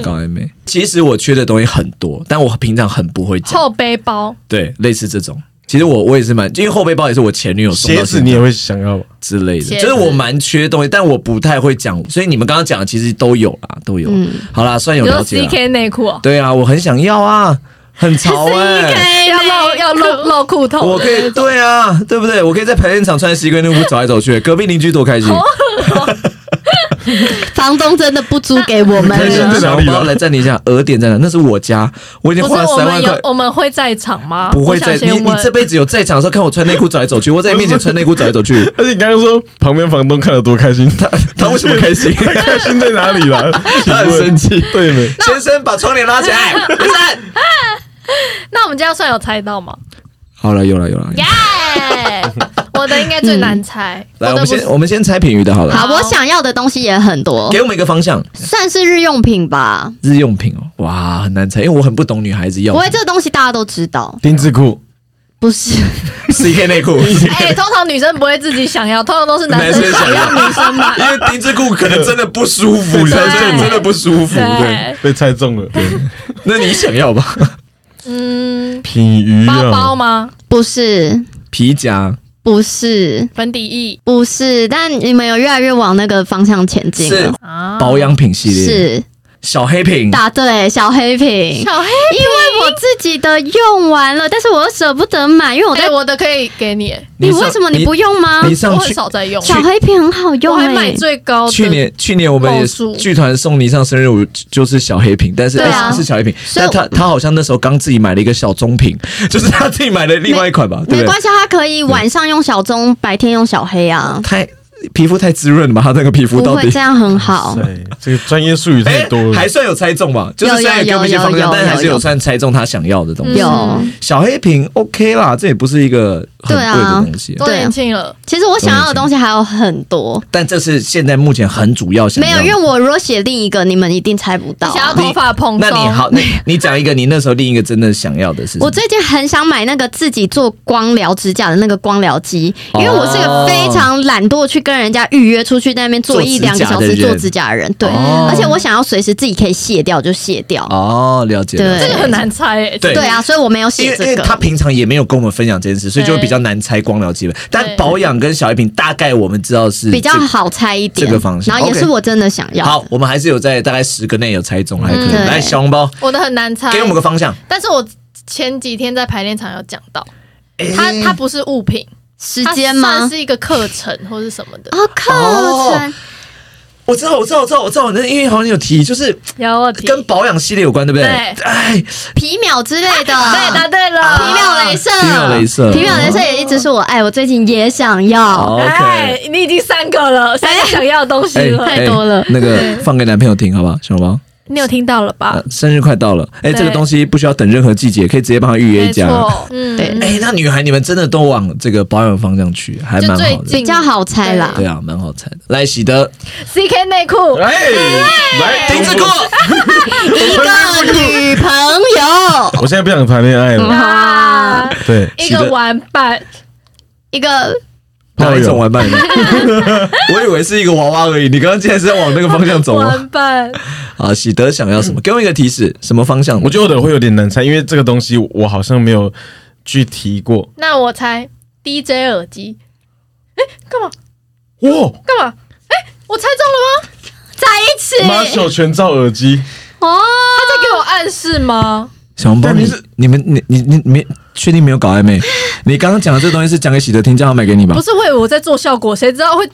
S6: 搞暧昧。其实我缺的东西很多，但我平常很不会讲。
S3: 后背包，
S6: 对，类似这种，其实我我也是蛮，因为后背包也是我前女友送到
S5: 鞋子你也会想要吗？
S6: 之类的，
S3: 鞋
S6: 就是我蛮缺东西，但我不太会讲，所以你们刚刚讲的其实都有啦，都有。
S3: 嗯
S6: 好啦，算有
S3: 你
S6: 了
S3: 说
S6: 解啊啦。
S3: CK 内裤哦，
S6: 对啊，我很想要啊，很潮哎、
S3: 要露要露露裤头，
S6: 我可以，对啊，对不对？我可以在排练场穿西跟内裤走来走去，隔壁邻居多开
S3: 哦
S6: 心！
S4: 房东真的不租给我 们
S5: 开心
S4: 了
S3: 啊
S5: 在。哪里了
S6: 我来暂停一下，额点在哪？那是我家，我已经
S3: 不是
S6: 花了
S3: 我
S6: 三
S3: 们
S6: 万块
S3: 有。我们会在场吗？
S6: 不会
S3: 我想
S6: 在你
S3: 先
S6: 你
S3: 问
S6: 这辈子有在场的时候看我穿内裤走来走去，我在你面前穿内裤走来 走去，
S5: 而且你刚刚说旁边房东看了多开心，他
S6: 他为什么开心？
S5: 他开心在哪里 啦？他
S6: 很 生
S5: 气，对没？
S6: 先生把窗帘拉起来，先生。
S3: 那我们这样算有猜到吗？
S6: 好了，有了有了，有了
S3: 哎，我的应该最难猜，
S6: 来，我
S3: 的
S6: 们
S3: 不
S6: 先
S3: 是
S6: 我们先猜品鱼的好了，
S4: 好，我想要的东西也很多，
S6: 给我们一个方向，
S4: 算是日用品吧。
S6: 日用品哦，哇，很难猜，因为我很不懂女孩子要
S4: 不会，这个东西大家都知道，
S5: 丁字裤，
S4: 不是？
S6: CK 内裤，
S3: 哎、通常女生不会自己想要，通常都是男
S6: 男
S3: 生
S6: 生想要，
S3: 女生买。
S6: 因为丁字裤可能真的不舒
S4: 啊
S6: 服，男生真的不舒服，对，
S3: 对，
S5: 被猜中了，
S6: 那你想要吧？
S3: 嗯，
S5: 品鱼
S3: 包
S5: 啊
S3: 包，吗？
S4: 不是，
S6: 皮夹
S4: 不是，
S3: 粉底液
S4: 不是，但你们有越来越往那个方向前进了。
S3: 啊，
S6: 保养品系列
S4: 哦是
S6: 小黑瓶，
S4: 答对，小黑瓶。
S3: 小黑，
S4: 因为我自己的用完了，但是我又舍不得买，因为我
S3: 哎、
S4: 在。
S3: 我的可以给你、欸，
S4: 你为什么你不用吗？
S6: 你上
S3: 我很
S6: 去
S3: 少在用，
S4: 小黑瓶很好
S3: 我
S4: 用、
S3: 还
S4: 欸，
S3: 买最高的，
S6: 去年去年我们也是
S3: 爆速
S6: 剧团送你上生日，我就是小黑瓶，但是、
S4: 对啊
S6: 哎是小黑瓶，
S4: 所以
S6: 但
S4: 我
S6: 他他好像那时候刚自己买了一个小棕瓶， 就是他自己买了另外一款吧，对
S4: 没
S6: 不对
S4: 关？系，它可以晚上用小棕，白天用小黑啊，
S6: 太皮肤太滋润了吧？他那个皮肤
S4: 不
S6: 到
S4: 会
S6: 底
S4: 这样很好。
S5: 对，这个专业术语太
S6: 哎
S5: 多，了
S6: 还。算有猜中吧？就是虽然也给我们一些方
S4: 有有
S6: 向，
S4: 有
S6: 但还是
S4: 有
S6: 有算猜中他想要的东西。
S4: 有，
S6: 小黑瓶 OK 啦，这也不是一个很
S4: 对
S6: 贵
S4: 啊
S6: 的东西，
S3: 周年庆了，
S4: 其实我想要的东西还有很多，
S6: 但这是现在目前很主要想
S4: 没
S6: 要
S4: 有，
S6: 的。
S4: 因为我如果写另一个，你们一定猜不到
S3: 你
S4: 啊、
S3: 想要头发蓬
S6: 那
S3: 松，
S6: 你好，你你讲一个你那时候另一个真的想要的是什么？
S4: 我最近很想买那个自己做光疗指甲的那个光疗机，
S6: 哦
S4: 因为我是个非常懒惰去跟人家预约出去在那边坐一两个小时做指甲的人，对，
S6: 哦
S4: 而且我想要随时自己可以卸掉就卸掉，
S6: 哦，了解。
S4: 对
S6: 了解
S3: 这个很难猜、欸，
S6: 对
S4: 对啊，所以我没有
S6: 因
S4: 写
S6: 为因
S4: 这
S6: 为
S4: 个。
S6: 他平常也没有跟我们分享这件事，所以就会比较难猜光疗基本。但保养跟小黑瓶大概我们知道是
S4: 比较
S6: 这个。
S4: 好猜一点，
S6: 这个方向
S4: 然后也
S6: OK
S4: 是我真的想要的。
S6: 好，我们还是有在大概十个内有猜中，还可以。
S4: 对
S6: 来，小红包，
S3: 我的很难猜，
S6: 给我们个方向。
S3: 但是我前几天在排练场有讲到，它它不是物品，
S4: 时
S3: 它
S4: 间
S3: 算
S4: 吗？
S3: 是一个课程或是什么的，
S4: 哦，课程、
S6: 我知道，我知道，我知道，我知道。那因为好像有提，就是
S3: 有问题
S6: 跟保养系列有关，对不对？
S3: 对
S6: 哎，
S4: 皮秒之类的，
S3: 对，答对了，
S4: 皮秒镭射，
S6: 哦皮秒镭射哦
S4: 皮秒镭射也一直是我爱，我最近也想要。
S6: OK，
S7: 哎你已经三个了，三个想要的东西
S6: 哎，
S7: 了。
S6: 哎那个放给男朋友听，好不好？小红包，
S3: 你有听到了吧
S6: 呃？生日快到了，哎，这个
S3: 对
S6: 东西不需要等任何季节，可以直接帮他预约
S3: 没
S6: 一家。
S3: 错，嗯，
S4: 对
S6: 哎、那女孩你们真的都往这个保养方向去，还蛮好
S3: 就最
S6: 的。
S3: 近
S4: 比较好猜啦。
S6: 对啊，蛮好猜的。来，喜德，
S3: ，CK 内裤，
S5: 哎，来
S6: 丁字裤，
S4: 一个女朋友，
S5: 我现在不想谈恋
S3: 嗯
S5: 爱了，
S3: 啊，
S5: 对，
S3: 一个玩伴，
S4: 一个
S5: 炮友
S6: 哪一种玩伴？ 我以为是一个娃娃而已，你刚刚竟然是在往那个方向走 吗？
S3: 玩伴，
S6: 啊，喜德想要什么？给我一个提示，什么方向？
S5: 我觉得我的会有点难猜，因为这个东西我好像没有去提过。
S3: 那我猜 DJ 耳机，哎，干嘛
S5: 哇，
S3: 干嘛？哎，我猜中了吗？
S4: 在一起
S5: 马小全罩耳机，
S4: 哦，
S3: 他在给我暗示吗？
S6: 小红包，
S5: 但
S6: 你
S5: 你是
S6: 你们你你你你没确定没有搞暧昧？你刚刚讲的这个东西是讲给喜德听，叫他买给你吧
S3: 不？是会我在做效果，谁知 道会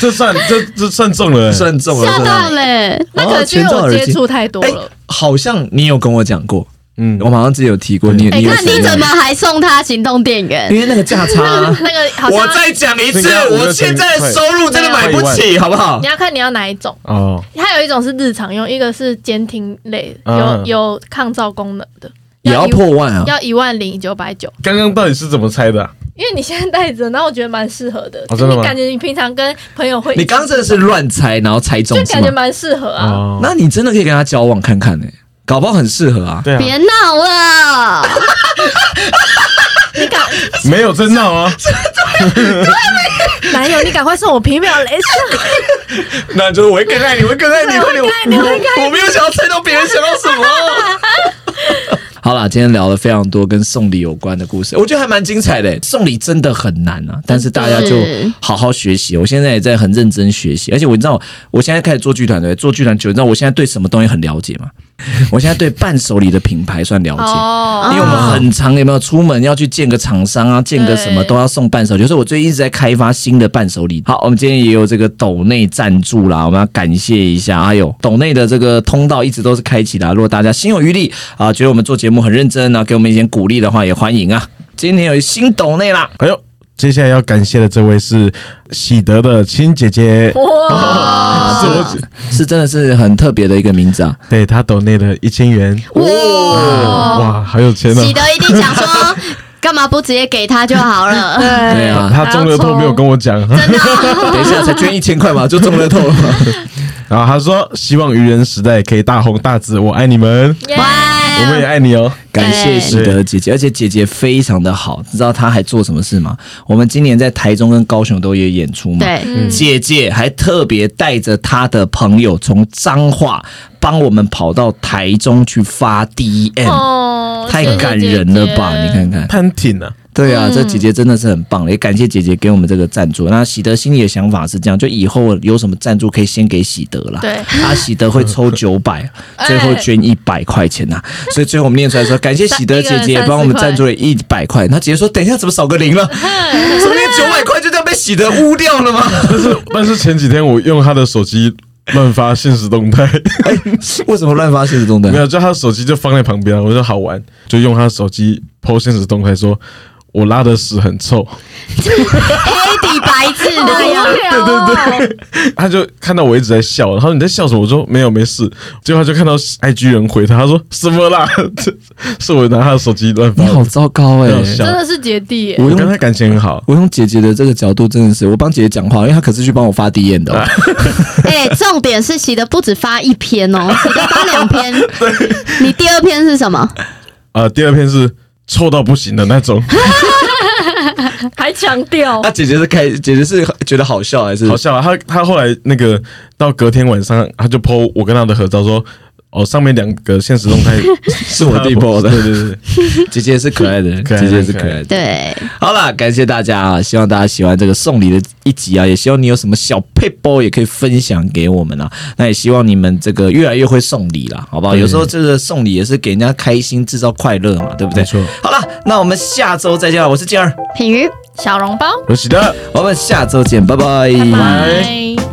S5: 这算这这 算中了、欸，
S6: 算中了，
S4: 吓
S6: 算中
S4: 到
S6: 了。
S4: 嘞！
S3: 那可能是因
S6: 哦
S3: 为我接触太多
S6: 哎
S3: 了。，
S6: 好像你有跟我讲过，
S5: 嗯
S6: 我，们好像之前有提过，你
S4: 哎，
S6: 你有
S4: 那你
S6: 提过
S4: 怎么还送他行动电 源？
S6: 因为那个价差啊、
S3: 那个 好
S1: 我
S3: 像
S1: 再讲一次
S5: 这个要，五
S1: 我
S5: 六千
S1: 现在的收入真的买不起，好不好
S3: 你？要看你要哪一种，
S5: 哦，
S3: 它有一种是日常用，一个是监听类的，
S5: 嗯
S3: 有有抗噪功能的，
S6: 也要
S3: 一
S6: 破万啊！
S3: 要一万零九百九，
S5: 刚刚到底是怎么猜的啊、
S3: 因为你现在戴着，然后我觉得蛮适合的，
S5: 哦
S3: 就
S5: 真的
S3: 你
S5: 吗
S3: 感觉你平常跟朋友会，
S6: 你刚刚真的是乱猜，然后猜中
S3: 就是感觉
S6: 吗？
S3: 蛮适合啊，
S5: 哦，
S6: 那你真的可以跟他交往看看呢、欸搞不好很适合啊。
S5: 对啊，
S4: 别闹了，
S5: 没有真 闹啊，
S3: 男友你赶快送我皮秒镭 射，
S1: 那就是我会更爱你，我会更爱你，
S3: 我
S1: 快
S3: 会
S1: 点！
S3: 更爱你我会
S1: 我
S3: 更
S1: 我没有想要猜到别人想要什么。
S6: 好啦，今天聊了非常多跟送礼有关的故事，我觉得还蛮精彩的、欸送礼真的很难啊，但是大家就好好学习。我现在也在很认真学习，而且我你知道，我现在开始做剧团对不对，做剧团久，你知道我现在对什么东西很了解吗？我现在对伴手礼的品牌算了解。
S3: 哦
S6: 因为我们很常有没有出门要去见个厂商啊，见个什么
S3: 对
S6: 都要送伴手礼，就是我最近一直在开发新的伴手礼。好，我们今天也有这个斗内赞助啦，我们要感谢一下。还有斗内的这个通道一直都是开启的啊、如果大家心有余力啊，觉得我们做节目很认真啊，给我们一点鼓励的话，也欢迎啊。今天有新斗内啦，
S5: 哎呦。接下来要感谢的这位是喜德的亲姐姐，
S3: 哇，
S6: 是真的是很特别的一个名字啊。
S5: 对她抖内了一千元，
S4: 哦哇！
S5: 哇，好有钱啊！
S4: 喜德一定想说，干嘛不直接给他就好了？
S6: 对
S3: 对，
S6: 啊，
S5: 她中了透没有跟我讲，
S6: 等一下才捐一千块嘛，就中乐透了嘛。
S5: 然后她说希望愚人时代可以大红大紫，我爱你们。
S3: 耶
S4: 哇！
S5: 我们也爱你哦。
S6: 感谢喜德姐姐，而且姐姐非常的好，你知道她还做什么事吗？我们今年在台中跟高雄都有演出嘛，
S4: 对
S3: 嗯
S6: 姐姐还特别带着她的朋友从彰化帮我们跑到台中去发 DM，、
S3: 哦，
S6: 太
S3: 谢谢
S6: 感人了吧？
S3: 姐姐
S6: 你看看。
S5: 潘婷啊，
S6: 对啊，这姐姐真的是很棒了，也感谢姐姐给我们这个赞助。那喜德心里的想法是这样，就以后有什么赞助可以先给喜德啦。
S3: 对
S6: 啊，喜德会抽九百，最后捐一百块钱呐、所以最后我们念出来说，感谢喜德姐姐帮我们赞助了一百块。那姐姐说，等一下怎么少个零了？怎么那九百块就这样被喜德污掉了吗？
S5: 但是 但是前几天我用他的手机乱发现实动态，
S6: 哎，为什么乱发现实动态
S5: 没？有，就他的手机就放在旁边，我说好玩，就用他的手机 PO 现实动态说。我拉的屎很臭，
S4: 黑底白字
S3: 哎
S4: 的哎呀，
S5: 他就看到我一直在笑，然后你在笑什么？我说没有没事，结果他就看到 IG 人回他，他说什么啦？ 是我拿他的手机乱发
S6: 你
S5: 的，
S6: 好糟糕哎、
S5: 很好笑
S3: 真的是姐弟耶，
S6: 我
S5: 我跟
S6: 用
S5: 他感情很好，
S6: 我用姐姐的这个角度真的是，我帮姐姐讲话，因为她可是去帮我发 D N 的、哦。
S4: 哎、重点是喜德不止发一篇哦，喜德发两 篇。你第二篇是什么？
S5: 呃，第二篇是臭到不行的那种，
S7: 还强调
S3: 啊
S6: 那、姐姐是开，姐姐是觉得好笑还 是
S5: 好笑啊！他他后来那个到隔天晚上，他就 po 我跟他的合照说，哦，上面两个现实动 态
S6: 是我弟 po 的？
S5: 对对对，
S6: 姐姐是可爱的，
S5: 可爱
S6: 姐姐是
S5: 可
S6: 可
S5: 爱
S6: 爱的。
S4: 对，
S6: 好啦，感谢大家啊！希望大家喜欢这个送礼的一集啊，也希望你有什么小配包也可以分享给我们啊。那也希望你们这个越来越会送礼啦，好不好？有时候这个送礼也是给人家开心，制造快乐嘛，对不对？
S5: 没错。
S6: 好啦，那我们下周再见了。我是健儿，
S4: 品瑜。
S3: 小笼包，
S5: 我喜得。
S6: 我们下周见，拜拜
S3: 拜。